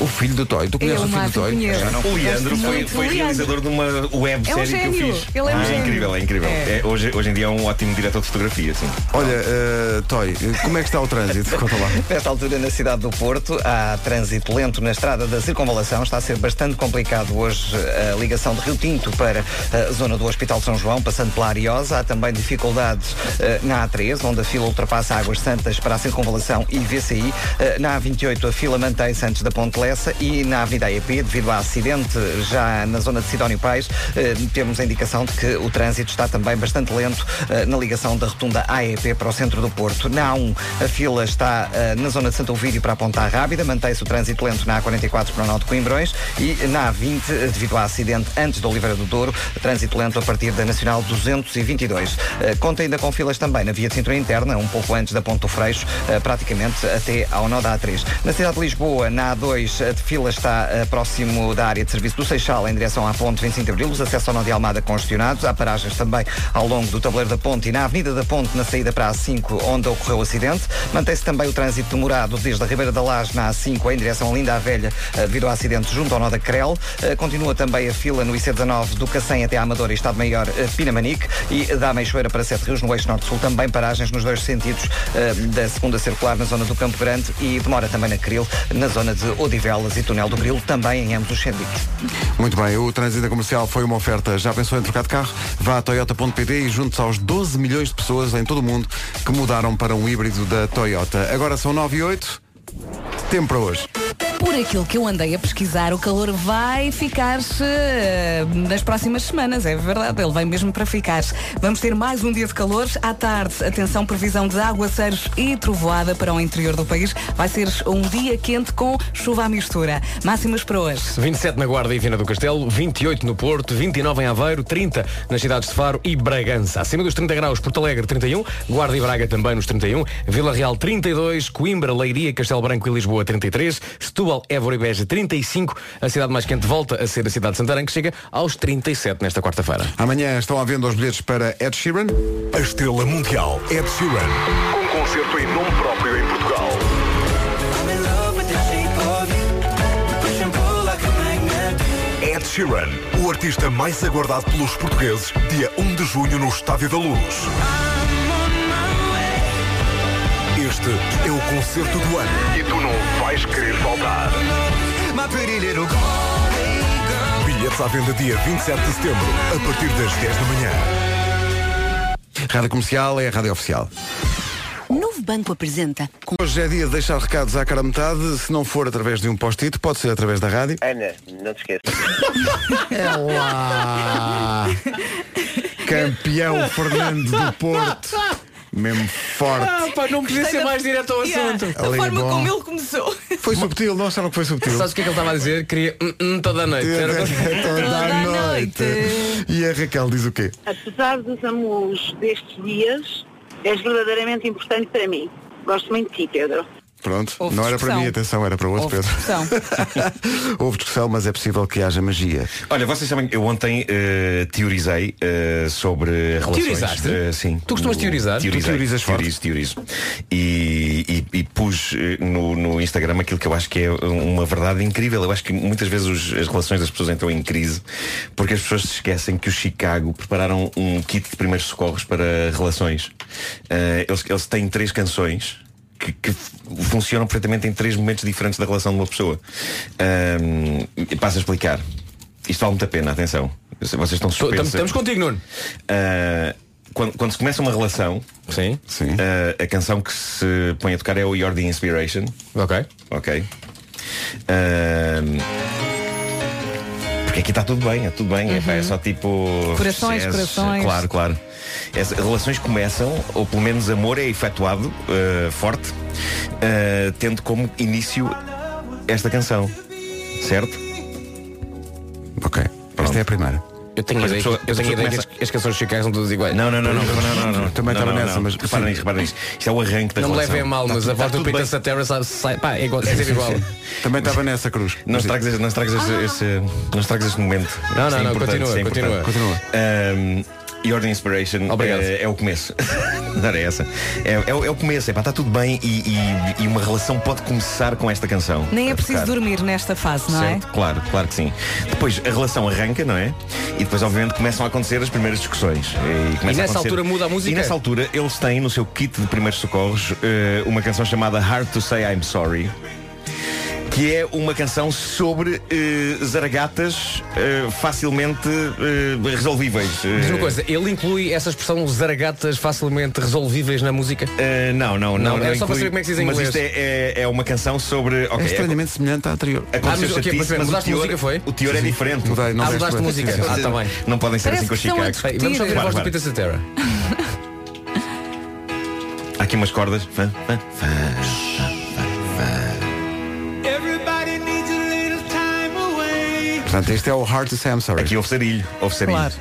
O filho do Toy. Tu conheces Eu, o filho do Marco, Toy? conheço. Já não. O Leandro Gosto foi, muito foi do Leandro. realizador de uma web É um série que gênio. eu fiz. Ele é um Ah, gênio. incrível, é incrível. É. É, hoje, hoje em dia é um ótimo diretor de fotografia, sim. Olha, eh, Toy, eh, como é que está o trânsito? Conta lá. Nesta altura, na cidade do Porto, há trânsito lento na estrada da circunvalação. Está a ser bastante complicado hoje eh, a ligação de Rio Tinto para eh, a zona do Hospital São João, passando pela Ariosa. Há também dificuldades eh, na A3, onde a fila ultrapassa Águas Santas para a circunvalação e VCI. Eh, na A28, a fila mantém-se antes da Ponte Lessa e na Avenida AEP, devido a acidente já na zona de Sidónio Pais, eh, temos a indicação de que o trânsito está também bastante lento eh, na ligação da rotunda AEP para o centro do Porto. Na A1, a fila está eh, na zona de Santo Ovídio para a Ponta Rábida, mantém-se o trânsito lento na A44 para o Norte de Coimbrões e na A20, eh, devido a acidente antes da Oliveira do Douro, trânsito lento a partir da Nacional 222. Eh, Conta ainda com filas também na via de cintura interna, um pouco antes da Ponte do Freixo, eh, praticamente até ao nó da A3. Na cidade de Lisboa, na A2, a fila está eh, próximo da área de serviço do Seixal, em direção à Ponte 25 de Abril, os acessos ao Nó de Almada congestionados. Há paragens também ao longo do Tabuleiro da Ponte e na Avenida da Ponte, na saída para a A5, onde ocorreu o acidente. Mantém-se também o trânsito demorado desde a Ribeira da Laje, na A5, em direção a Linda à Velha, eh, devido ao acidente junto ao Nó da Crel. Eh, Continua também a fila no IC19 do Cacém até à Amadora e Estado Maior eh, Pinamanique e da Meixoeira para Sete Rios, no Eixo Norte-Sul, também paragens nos dois sentidos eh, da segunda circular na zona do Campo Grande e demora também na Cril, na zona de Odivelas. Odivelas e Tunel do Grilo, também em ambos os sentidos. Muito bem, o trânsito comercial foi uma oferta. Já pensou em trocar de carro? Vá a toyota.pt e junte-se aos 12 milhões de pessoas em todo o mundo que mudaram para um híbrido da Toyota. Agora são 9 e 8. Tempo para hoje. Por aquilo que eu andei a pesquisar, o calor vai ficar-se eh, nas próximas semanas, é verdade, ele vem mesmo para ficar. Vamos ter mais um dia de calor. À tarde, atenção, previsão de aguaceiros e trovoada para o interior do país. Vai ser um dia quente com chuva à mistura. Máximas para hoje. 27 na Guarda e Viana do Castelo, 28 no Porto, 29 em Aveiro, 30 nas cidades de Faro e Bragança. Acima dos 30 graus, Porto Alegre 31, Guarda e Braga também nos 31, Vila Real 32, Coimbra, Leiria, Castelo Branco e Lisboa 33, Setúbal, Évora e Beja 35. A cidade mais quente volta a ser a cidade de Santarém, que chega aos 37 nesta quarta-feira. Amanhã estão à venda os bilhetes para Ed Sheeran. A estrela mundial Ed Sheeran. Um concerto em nome próprio em Portugal. Ed Sheeran, o artista mais aguardado pelos portugueses, dia 1 de junho no Estádio da Luz. Este é o concerto do ano. E tu não vais querer faltar. Bilhetes à venda dia 27 de setembro, a partir das 10 da manhã. Rádio Comercial é a rádio oficial. Novo Banco apresenta. Hoje é dia de deixar recados à cara metade. Se não for através de um post-it, pode ser através da rádio. Ana, não te esqueças. É lá! Campeão é Fernando do Porto. Mesmo forte. Ah, não podia ser mais direto ao assunto. Ali é bom. começou. Foi subtil, não acharam que foi subtil. É Sabes o que é que ele estava a dizer? Queria "Hum, hum, toda a noite. Era- Toda a noite. E a Raquel diz o quê? Apesar dos amores destes dias, és verdadeiramente importante para mim. Gosto muito de ti, Pedro. Pronto, Houve não era para discussão. mim, atenção, era para o outro, Pedro. Houve discussão, mas é possível que haja magia. Olha, vocês sabem, eu ontem eh, teorizei eh, sobre relações. Teorizaste? Eh, sim. Tu costumas No- teorizar? Teorizei, Tu teorizas forte? Teorizo, teorizo. E, e- e pus eh, no, no Instagram aquilo que eu acho que é uma verdade incrível. Eu acho que muitas vezes os- as relações das pessoas entram em crise porque as pessoas se esquecem que o Chicago prepararam um kit de primeiros socorros para relações. Eh, eles, eles têm três canções que, que funcionam perfeitamente em três momentos diferentes da relação de uma pessoa. Ahm, e passo a explicar. Isto vale muito a pena, atenção. Eu sei- Vocês estão Estou- suspensos. estamos- estamos contigo, Nuno. Ah, quando, quando se começa uma relação, Sim. ah, a canção que se põe a tocar é o You're the Inspiration. Ok. Ok. Ahm, porque aqui está tudo bem, é tudo bem. é Uhum. pá, É, só tipo. Corações, é- corações. Claro, claro. As relações começam, ou pelo menos amor é efetuado, ah, forte, ah, tendo como início esta canção. Certo? Ok. Esta é a primeira. Eu tenho Mas a ideia, pessoa- eu a tenho pessoa ideia começa- que as- as canções chicanas são todas iguais. Não, não, não, não, não, não, não. Também não, estava não, nessa, não. mas- Reparem nisso, reparem nisso. Isto é o arranque da Não me relação. levem a mal, Está mas tudo- a está volta do tudo Peter bem. Satera sabe, sai, pá, é igual, é sempre igual. Também estava nessa cruz. Não estragas, esse- não estragas Ah. esse, esse- não estragas este momento. Não, Isto não, é não, importante, continua, isto é importante. continua. Ahm, Your The Inspiration Obrigado. É, é o começo. não era essa. É, é o- é o começo, é pá, está tudo bem e, e- e uma relação pode começar com esta canção. Nem é A preciso tocar. dormir nesta fase, não é? Certo, claro, claro que sim. Depois a relação arranca, não é? E depois, obviamente, começam a acontecer as primeiras discussões. E, começa a E nessa acontecer- altura muda a música? E nessa altura eles têm no seu kit de primeiros socorros eh, uma canção chamada Hard to Say I'm Sorry. Que é uma canção sobre eh, zaragatas eh, facilmente eh, resolvíveis. Diz uma Eh, coisa, ele inclui essa expressão zaragatas facilmente resolvíveis na música? Eh, não, não, não, não. Era só para inclui- saber como é que se diz em Mas inglês. isto é, é, é uma canção sobre. ok, É estranhamente semelhante à anterior. Aconteceu chatice, mas o teor- O teor é Sim, Ah, sim. diferente. Mudei, não sei se foi. Sim, sim. Não podem ser assim tá Ah, Parece com o que estão a Chicago. discutir. Vamos ouvir a voz do Peter Cetera. Há aqui umas cordas. Fã, fã, fã. Everybody needs a little time away. Portanto, este é o Hard to Say I'm Sorry. Aqui houve sarilho. Houve sarilho. Claro.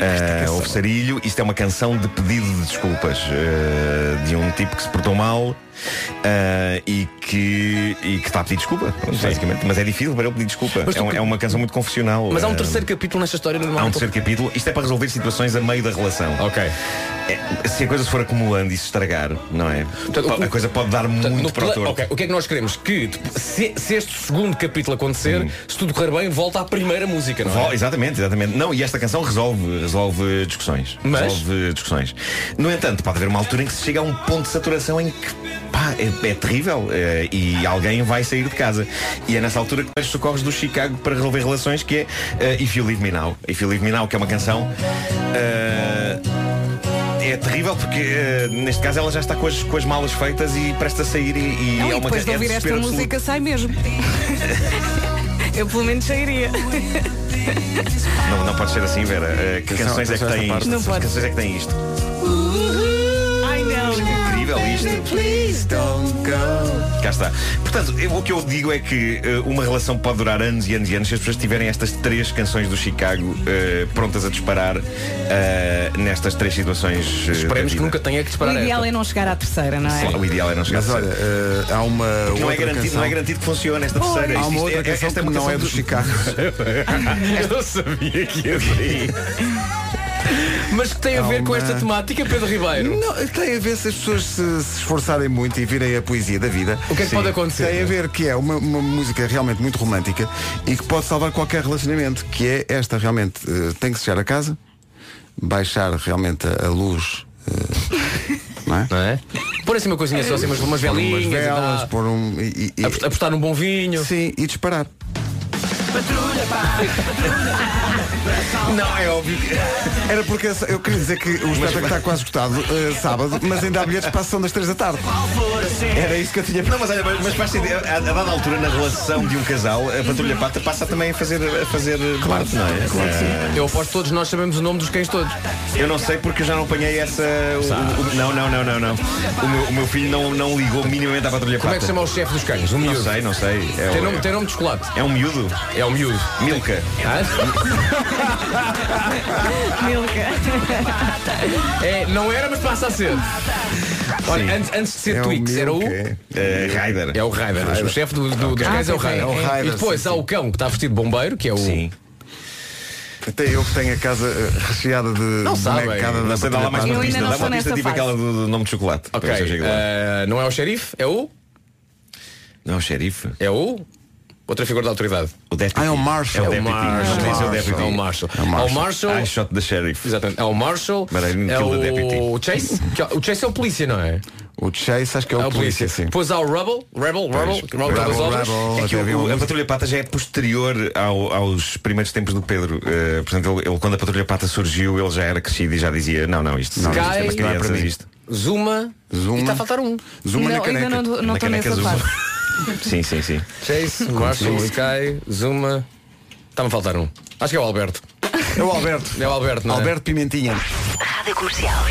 Ah, houve sarilho. Isto é uma canção de pedido de desculpas ah, de um tipo que se portou mal ah, e, que, e que está a pedir desculpa, pronto, basicamente. Mas é difícil para ele pedir desculpa. Mas tu- É, um- é uma canção muito confessional. Mas há um Ah, terceiro capítulo nesta história normal. Há um terceiro capítulo. Isto é para resolver situações a meio da relação. Ok. é, se a coisa se for acumulando e se estragar, não é? Portanto, a o- coisa pode dar Portanto, muito no para o pla- torto. ok, O que é que nós queremos? Que de- se, se este segundo capítulo acontecer, se tudo correr bem, volta à primeira música, não Vol- é? Exatamente, exatamente. Não, e esta canção resolve, resolve discussões. Mas? Resolve discussões. No entanto, pode haver uma altura em que se chega a um ponto de saturação em que pá, é, é terrível eh, e alguém vai sair de casa. E é nessa altura que os socorros do Chicago para resolver relações que é eh, If You Leave Me Now. If You Leave Me Now, que é uma canção. eh, é terrível porque eh, neste caso ela já está com as, com as malas feitas e presta a sair e, e Não, é e uma depois de é ouvir esta desespero absoluto. música sai mesmo. Eu pelo menos sairia. Não, não pode ser assim, Vera. Eh, que Atenção, canções é que atenção a têm esta parte. isto? Não Que pode. canções é que têm isto? Ai não. Incrível isto. Cá está. Portanto, eu- o que eu digo é que eh, uma relação pode durar anos e anos e anos se as pessoas tiverem estas três canções do Chicago eh, prontas a disparar eh, nestas três situações. eh, Esperemos que nunca tenha que O ideal é não chegar à terceira, não é? O ideal é não chegar Mas a olha, eh, há uma Porque não é, outra garantido, canção. não é garantido que funcione esta Pois. terceira. Há uma outra canção que não é do Chicago. é eu sabia que ia sair. Mas que tem a ver com esta temática, Pedro Ribeiro. Não, tem a ver se as pessoas se, se esforçarem muito e virem a poesia da vida. O que é que pode acontecer? Tem a ver que é uma, uma música realmente muito romântica e que pode salvar qualquer relacionamento, que é esta realmente. eh, tem que se chegar a casa, baixar realmente a, a luz. eh, não é? Pôr assim uma coisinha só, assim umas, umas Pôr velinhas. umas e velas, tal. pôr um. E, e- Apostar num bom vinho. Sim, e disparar. Não, é óbvio que. Era porque eu- eu queria dizer que o espetáculo está quase esgotado eh, sábado, mas ainda há bilhetes para a sessão das 3 da tarde. Era isso que eu tinha Não, mas olha, mas, mas faz sentido. a, a dada altura na relação de um casal, a patrulha pata passa também a fazer, a fazer parte, não é? Eh, Eu aposto que todos nós sabemos o nome dos cães todos. Eu não sei porque eu já não apanhei essa. o- o- o- não, não, não, não, não. O meu, o meu filho não, não ligou minimamente à patrulha Como pata. é que se chama o chefe dos cães? Um Não miúdo. sei, não sei. É Tem o- nome, tem nome de chocolate. É um miúdo? É um miúdo. Ah, Milka. É, não era, mas passa a ser. Olha, antes, antes de ser É o Twix, era o. É, Raider. É o Raider. O chefe do, do, dos Ah, cães é o pois é, Raider. é o Raider, E depois há o cão que está vestido de bombeiro, que é o. Sim. Até eu que tenho a casa eh, recheada de Não sabem. bonecada da Não sei, dá lá mais Patrícia uma Pata. pista, dá uma pista tipo aquela do, nome de chocolate. Ok. Depois eu chego lá. eh, não é o xerife, é o. Não é o xerife. É o. Outra figura da autoridade. O deputy. Ah, é o Marshall. É o É o deputy. Marshall. Diz, é o deputy. É o Marshall. É o Marshall. É o Marshall. I shot the sheriff. Exatamente. É o Marshall. But I didn't É kill the deputy. o Chase. que é- O Chase é o polícia, não é? O Chase acho que é o, É o polícia, polícia. sim. Depois há o Rebel. Rebel, Rebel. que Rebel, das obras. É que um- o- a Patrulha Pata já é posterior ao- aos primeiros tempos do Pedro. Eh, portanto, ele, ele, quando a Patrulha Pata surgiu, ele já era crescido e já dizia, não, não, isto não, isto é para Sky. crianças, isto. Zuma. Zuma. E tá está a faltar um. Zuma Não, ainda não- não estou nessa parte. Sim, sim, sim. Chase, Marshall, Sky, Zuma. Está-me a faltar um. Acho que é o Alberto. É o Alberto. É o Alberto, não é? Alberto Pimentinha. Rádio comercial.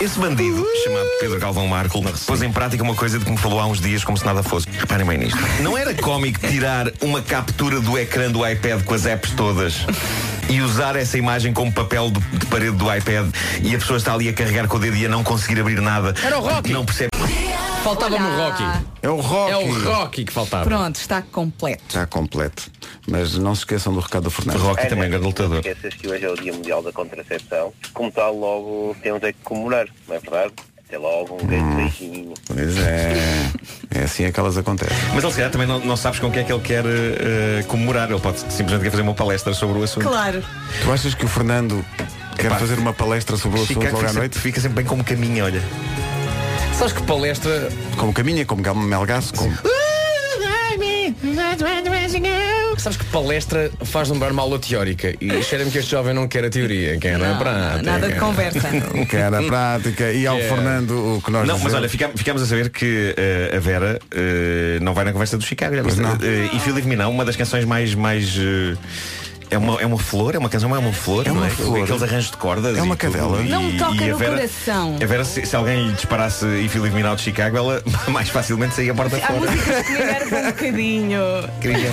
Esse bandido, chamado Pedro Galvão Marco, pôs em prática uma coisa de que me falou há uns dias como se nada fosse. Reparem bem nisto. Não era cómico tirar uma captura do ecrã do iPad com as apps todas e usar essa imagem como papel de, de parede do iPad e a pessoa está ali a carregar com o dedo e a não conseguir abrir nada. Era o porque Rocky. Não percebe. Faltava-me o Rocky. É o Rocky. É o Rocky que faltava. Pronto, está completo. Está completo. Mas não se esqueçam do recado do Fernando. Rocky também, grande lutador. Esqueças que hoje é o Dia Mundial da Contracepção. Como tal, logo temos é que comemorar, não é verdade? Até logo, um grande beijinho. Pois é. Hum. É assim é que elas acontecem. Mas ele se calhar também não, não sabes com o que é que ele quer eh, eh, comemorar. Ele pode simplesmente quer fazer uma palestra sobre o assunto. Claro. Tu achas que o Fernando quer Epá, fazer uma palestra sobre o assunto Chicago logo à fica noite? Fica sempre bem como caminho, olha. Sabes que palestra. Como caminha, como Gama melgaço, como. Sabes que palestra faz um lembrar uma aula teórica e cheira-me que este jovem não quer a teoria, quer a Não, prática. nada de conversa. Que era a prática. E ao É. Fernando, o que nós não, mas dizemos- olha, fica- ficámos a saber que eh, a Vera eh, não vai na conversa do Chicago. Mas, não. e Feel Leave Me Now, uma das canções mais. mais eh, é uma, é uma flor, é uma canção, é uma flor, É não uma é? flor. Aqueles arranjos de cordas. É uma e tudo. cadela. E- Não me toca e a no Vera- coração. A Vera, se, se alguém lhe disparasse e Feel Leave Me Now de Chicago, ela mais facilmente saía a porta Há fora. músicas que me enervam um bocadinho. Queria.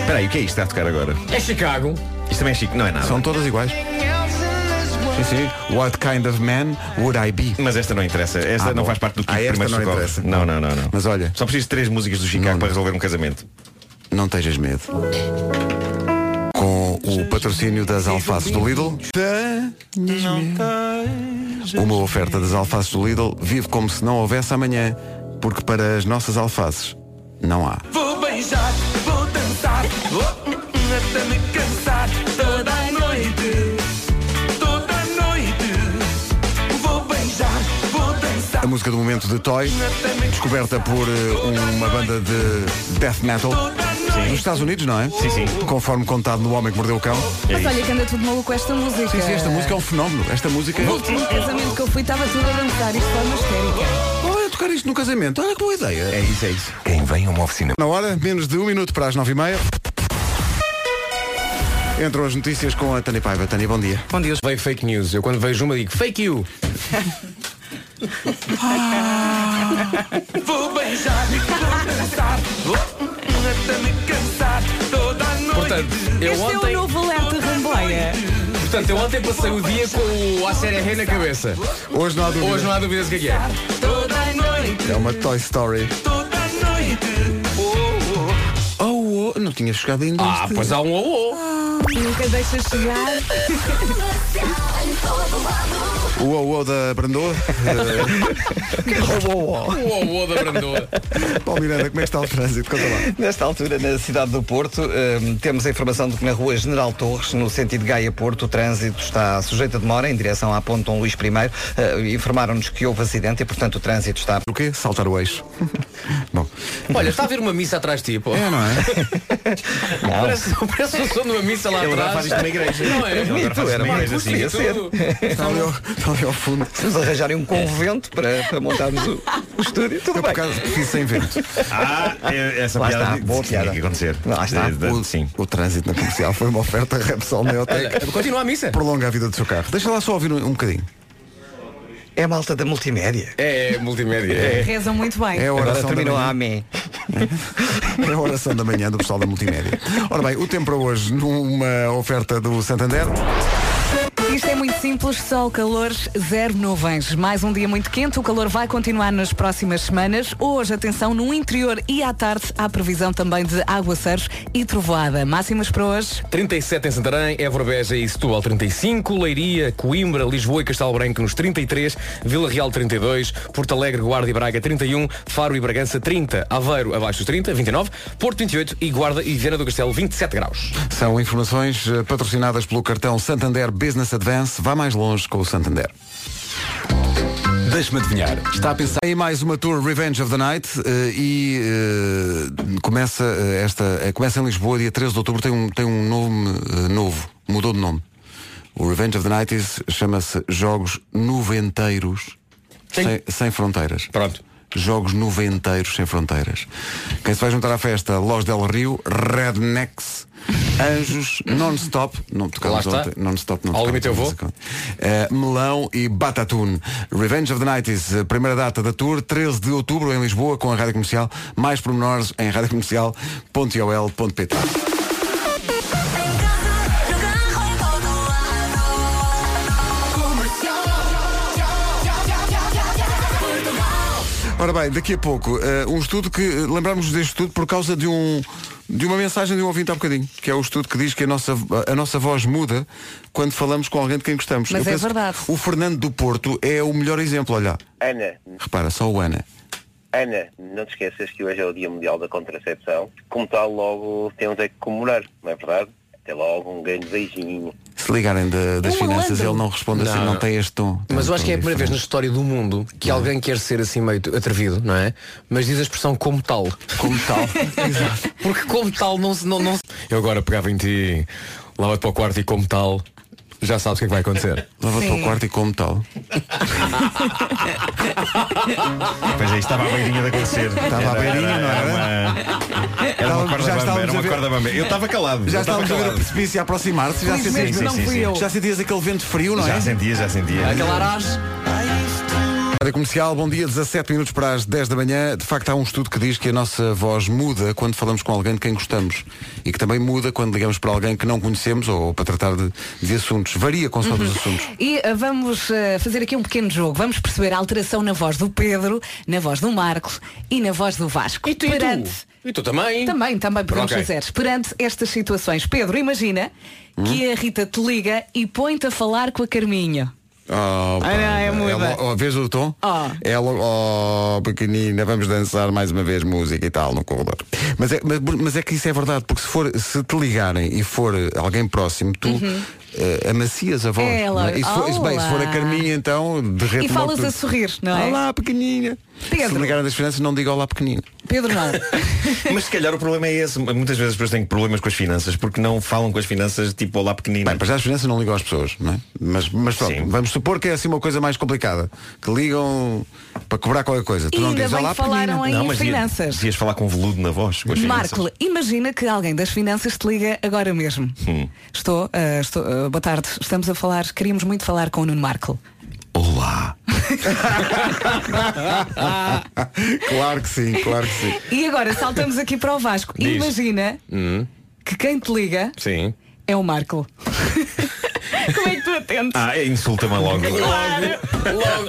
Espera aí, o que é isto que está a tocar agora? É Chicago. Isto também é Chico, não é nada. São todas iguais. Sim, sim. What kind of man would I be? Mas esta não interessa. Esta Ah, não bom. faz parte do kit Ah, de esta primeiros não socorros. interessa. Não, não, não, não. Mas olha, Só preciso de três músicas do Chicago para resolver um casamento. não tejas medo. com o patrocínio das alfaces do Lidl. Uma oferta das alfaces do Lidl vive como se não houvesse amanhã, porque para as nossas alfaces não há. Vou beijar, vou dançar, vou hum, hum, até me cansar toda a noite. Toda a noite. Vou beijar, vou dançar. A música do momento de Toy, descoberta por eh, uma banda de death metal nos Estados Unidos, não é? Sim, sim. Conforme contado no Homem que Mordeu o Cão. É Mas olha que anda tudo maluco esta música. É Sim, sim, esta música é um fenómeno. Esta música O último casamento que eu fui estava tudo a dançar isto foi uma histérica. Olha, tocar isto no casamento. Olha que boa ideia. É isso, é isso. Quem vem a uma oficina. Na hora, menos de um minuto para as nove e meia. Entram as notícias com a Tânia Paiva. Tânia, bom dia. Bom dia. Veio fake news. Eu quando vejo uma digo fake you. Vou beijar, vou dançar, vou hum, hum, até me cansar toda a noite. Portanto, eu Este ontem- é o novo alerta Ramboia. Portanto, eu ontem passei o dia com o A Série R na cabeça. Hoje não há dúvidas. Hoje não há dúvidas o que é que é. Toda a noite, É uma Toy Story. toda a noite. Oh, oh. Oh, oh, não tinha chegado ainda. Ah, pois há um oh, Nunca deixas chegar. oh. O oh, oh da Brandoa. O oh, da Brandoa. Paulo Miranda, como é que está o trânsito? Conta lá. Nesta altura, na cidade do Porto, hum, temos a informação de que na rua General Torres, no sentido Gaia-Porto, o trânsito está sujeito a demora em direção à Ponte Dom Luís I. Hum, Informaram-nos que houve acidente e, portanto, o trânsito está... O quê? Saltar o eixo. Olha, está a ver uma missa atrás de ti, pô. É, não é? Parece, parece o som de uma missa lá Ele agora atrás. faz isto na igreja. Não é? Ele agora faz isto na igreja, Marcos, sim, ia sim, ser. tudo. Está ali ao, está ali ao fundo. Precisamos arranjarem um convento para, para montarmos o, o estúdio. Tudo Eu por bem. acaso fiz sem vento. Ah, é- essa Lá piada está, tinha boa piada. que acontecer. Lá está. É, da- O, sim. o trânsito na comercial foi uma oferta Repsol Neotec. Olha, continua a missa. Prolonga a vida do seu carro. Deixa lá só ouvir um, um bocadinho. É a malta da multimédia. É, é multimédia. É. Rezam muito bem. É a Agora oração da terminou a manhã. amém. É a oração da manhã do pessoal da multimédia. Ora bem, o tempo para hoje numa oferta do Santander. Isto é muito simples, sol, calor, zero nuvens. Mais um dia muito quente, o calor vai continuar nas próximas semanas. Hoje, atenção, no interior e à tarde há previsão também de aguaceiros e trovoada. Máximas para hoje? 37 em Santarém, Évora Beja e Setúbal 35, Leiria, Coimbra, Lisboa e Castelo Branco nos 33, Vila Real 32, Porto Alegre, Guarda e Braga 31, Faro e Bragança 30, Aveiro abaixo dos 30, 29, Porto 28 e Guarda e Viana do Castelo 27 graus. São informações eh, patrocinadas pelo cartão Santander Business Advance. Vá mais longe com o Santander. Deixa-me adivinhar. Está a pensar em mais uma tour Revenge of the Night eh, e eh, começa eh, esta eh, começa em Lisboa dia 13 de outubro tem um tem um nome eh, novo mudou de nome o Revenge of the Night is- chama-se Jogos Noventeiros sem, sem fronteiras pronto Jogos Noventeiros sem fronteiras quem se vai juntar à festa Los del Rio Rednecks Anjos Non-Stop não tocámos Lá está. ontem, Non-Stop não Ao tocámos limite eu ontem, vou. Uh, Melão e Batatune. Revenge of the Nights, a primeira data da tour, 13 de outubro em Lisboa, com a Rádio Comercial. Mais pormenores em radiocomercial.ol.pt Ora bem, daqui a pouco, uh, um estudo que uh, lembramos deste estudo por causa de um de uma mensagem de um ouvinte há bocadinho, que é o estudo que diz que a nossa, a nossa voz muda quando falamos com alguém de quem gostamos. Mas é penso que verdade. O Fernando do Porto é o melhor exemplo, olha. Ana, Repara, só o Ana. Ana, não te esqueças que hoje é o Dia Mundial da Contracepção. Como tal, logo temos é que comemorar, não é verdade? Até logo, um grande beijinho. Se ligarem da- É das Um finanças, malandro. ele não responde assim, Não, não não. tem este tom. Tem Hum. Mas um eu acho tom que é a primeira vez na diferente. história do mundo que alguém quer ser assim meio atrevido, não é? Mas diz a expressão como tal. Como tal. Porque como tal não se. Não, não se- Eu agora pegava em ti, lava-te para o quarto e como tal, já sabes o que é que vai acontecer. Lava-te para o Sim. quarto e como tal. Pois é, estava à beirinha de acontecer. Estava à beirinha, não era? uma- Era uma Estávamos- já corda bamba, estávamos era a uma ver- corda bamba. Eu estava calado. Já eu estava estávamos a ver o calado. precipício a aproximar-se, já, Felizmente sentias- não fui eu. já sentias aquele vento frio, não é? Já sentia, já sentia. Aquela arás. Rádio Comercial, bom dia, 17 minutos para as 10 da manhã. De facto, há um estudo que diz que a nossa voz muda quando falamos com alguém de quem gostamos e que também muda quando ligamos para alguém que não conhecemos ou para tratar de, de assuntos. Varia consoante os assuntos. E ah, vamos ah, fazer aqui um pequeno jogo. Vamos perceber a alteração na voz do Pedro, na voz do Marcos e na voz do Vasco. e tu? Perante E tu também? Também, também podemos Ok. fazer. Perante estas situações, Pedro, imagina Hum? que a Rita te liga e põe-te a falar com a Carminha. Oh, Ah, não, é muda. oh, vês o tom? Oh. Ela, É oh, pequenina, vamos dançar mais uma vez música e tal no corredor. Mas é, mas, mas é que isso é verdade, porque se, for, se te ligarem e for alguém próximo, tu Uhum. eh, amacias a voz. É ela. não é? E se for, e se bem, se for a Olá. Carminha, então derrete e falas a sorrir, não é? Olá, pequenina. Se te Pedro, ligarem das finanças, não diga olá, pequenina. Pedro não. Mas se calhar o problema é esse. Muitas vezes as pessoas têm problemas com as finanças porque não falam com as finanças tipo olá pequenina. Bem, para já as finanças não ligam às pessoas, não é? Mas, mas pronto, vamos supor que é assim uma coisa mais complicada. Que ligam para cobrar qualquer coisa. Tu E não ainda dizes bem olá, que falaram pequenina. em finanças. Devias falar com veludo na voz. Com as finanças. Marco, imagina que alguém das finanças te liga agora mesmo. Hum. Estou, ah, estou ah, boa tarde, estamos a falar, queríamos muito falar com o Nuno Marco. claro que sim, claro que sim. E agora saltamos aqui para o Vasco. Diz. Imagina Hum, que quem te liga sim. é o Marco. Como é que tu atendes? Ah, é, insulta-me logo. Logo,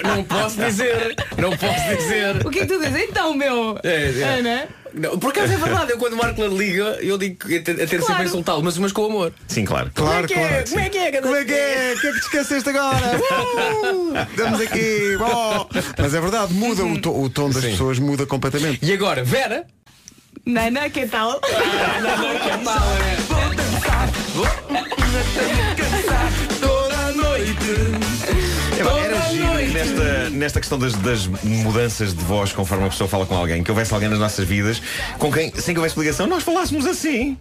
não posso dizer. Não posso dizer. O que é que tu dizes? Então, meu. É, é. Ah, não é? Não, por acaso é verdade, eu quando o Marco liga, eu digo que a ter a ter sempre a insultá-lo, mas, mas com amor. Sim, claro. Como é Claro, que claro. é? Como é que é? Como é que é? O que é que te esqueceste agora? Uh! Estamos aqui. Bom. Mas é verdade, muda o, to- o tom das pessoas, muda completamente. E é agora, Vera? Nana, que tal? Vou dançar, vou cansar toda a noite. Epá, Era Toda a giro noite. nesta, nesta questão das, das mudanças de voz conforme a pessoa fala com alguém, que houvesse alguém nas nossas vidas com quem, sem que houvesse ligação, nós falássemos assim.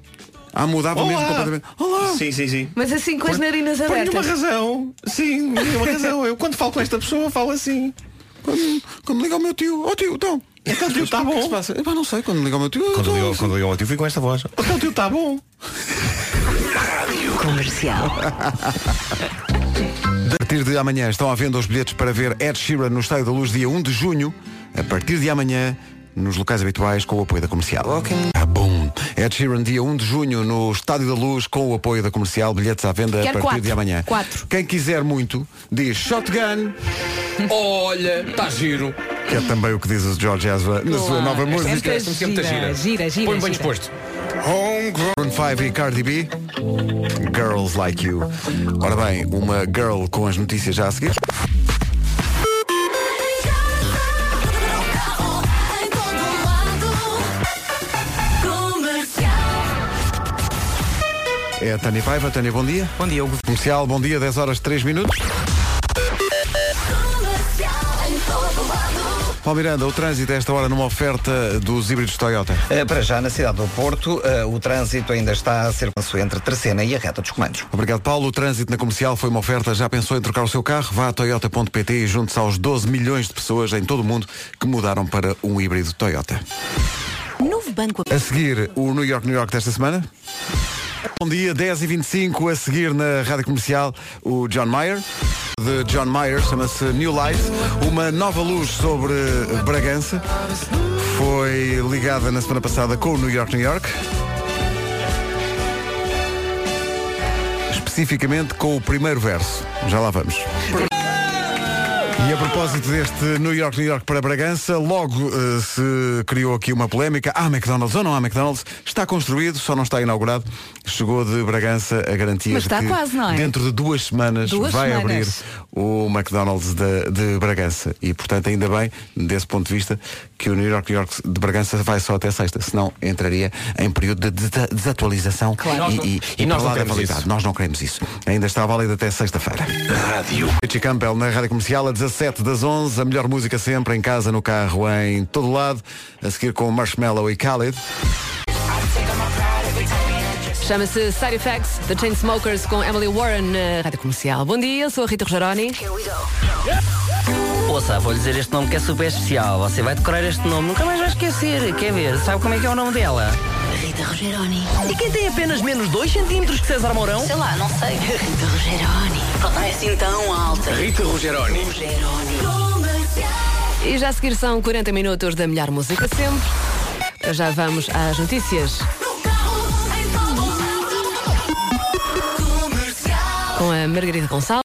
Ah, mudava Olá. mesmo completamente. Olá. Sim, sim, sim. Mas assim com as Por- narinas por abertas. nenhuma razão. Sim, por nenhuma razão. Eu quando falo com esta pessoa falo assim. Quando, quando liga o meu tio, ó tio, então. Então, tio, tá está bom. O que se passa? Epá, não sei, quando liga o meu tio. Quando então, ligou, quando ligou ao tio, fui com esta voz. Então tio, está bom. Comercial. A partir de amanhã estão à venda os bilhetes para ver Ed Sheeran no Estádio da Luz dia 1 de junho. A partir de amanhã nos locais habituais com o apoio da comercial. Ah, bom. Ed Sheeran dia 1 de junho no Estádio da Luz com o apoio da comercial. Bilhetes à venda a Quero partir quatro. de amanhã. Quatro. Quem quiser muito diz Shotgun, Olha, tá está giro. que é também o que diz o George Ezra na sua Claro. nova Esta música. música é muito gira, gira, gira, Põe bem gira. disposto. Homegrown 5 e Cardi B. Girls Like You. Ora bem, uma girl com as notícias já a seguir. É a Tânia Paiva. Tânia, bom dia. Bom dia, Hugo. Comercial, bom dia, 10 horas 3 minutos. Paulo Miranda, o trânsito a esta hora numa oferta dos híbridos Toyota. Eh, Para já, na cidade do Porto, eh, o trânsito ainda está a ser consumido entre Terceira e a reta dos comandos. Obrigado, Paulo. O trânsito na comercial foi uma oferta. Já pensou em trocar o seu carro? Vá a toyota.pt e junte-se aos 12 milhões de pessoas em todo o mundo que mudaram para um híbrido Toyota. Novo banco. A seguir, o New York, New York desta semana. Bom dia, 10h25. A seguir na rádio comercial, o John Mayer. De John Mayer, chama-se New Light. Uma nova luz sobre Bragança. Foi ligada na semana passada com o New York, New York. Especificamente com o primeiro verso. Já lá vamos. E a propósito deste New York, New York para Bragança, logo eh, se criou aqui uma polémica. Há McDonald's ou não há McDonald's? Está construído, só não está inaugurado. Chegou de Bragança a garantia Mas de está que quase, não é? dentro de duas semanas Duas vai semanas. abrir o McDonald's de, de Bragança. E, portanto, ainda bem, desse ponto de vista, que o New York, New York de Bragança vai só até sexta. Senão entraria em período de desa- desatualização Claro. e, e, E nós não para lá da queremos validade. isso. Nós não queremos isso. Ainda está válido até sexta-feira. Rádio. Richie Campbell na Rádio Comercial, a 17 das 11. A melhor música sempre, em casa, no carro, em todo lado. A seguir com Marshmallow e Khalid. Chama-se Side Effects, The Chainsmokers com Emily Warren na Rádio Comercial. Bom dia, sou a Rita Rogeroni. Ouça, vou lhe dizer este nome que é super especial. Você vai decorar este nome, nunca mais vai esquecer. Quer ver? Sabe como é que é o nome dela? Rita Rogeroni. E quem tem apenas menos 2 centímetros que César Mourão? Sei lá, não sei. Rita Rogeroni. Pronto, não é assim tão alta. Rita Rogeroni. E já a seguir são 40 minutos da melhor música sempre. Já vamos às notícias. Com a Margarida Gonçalves.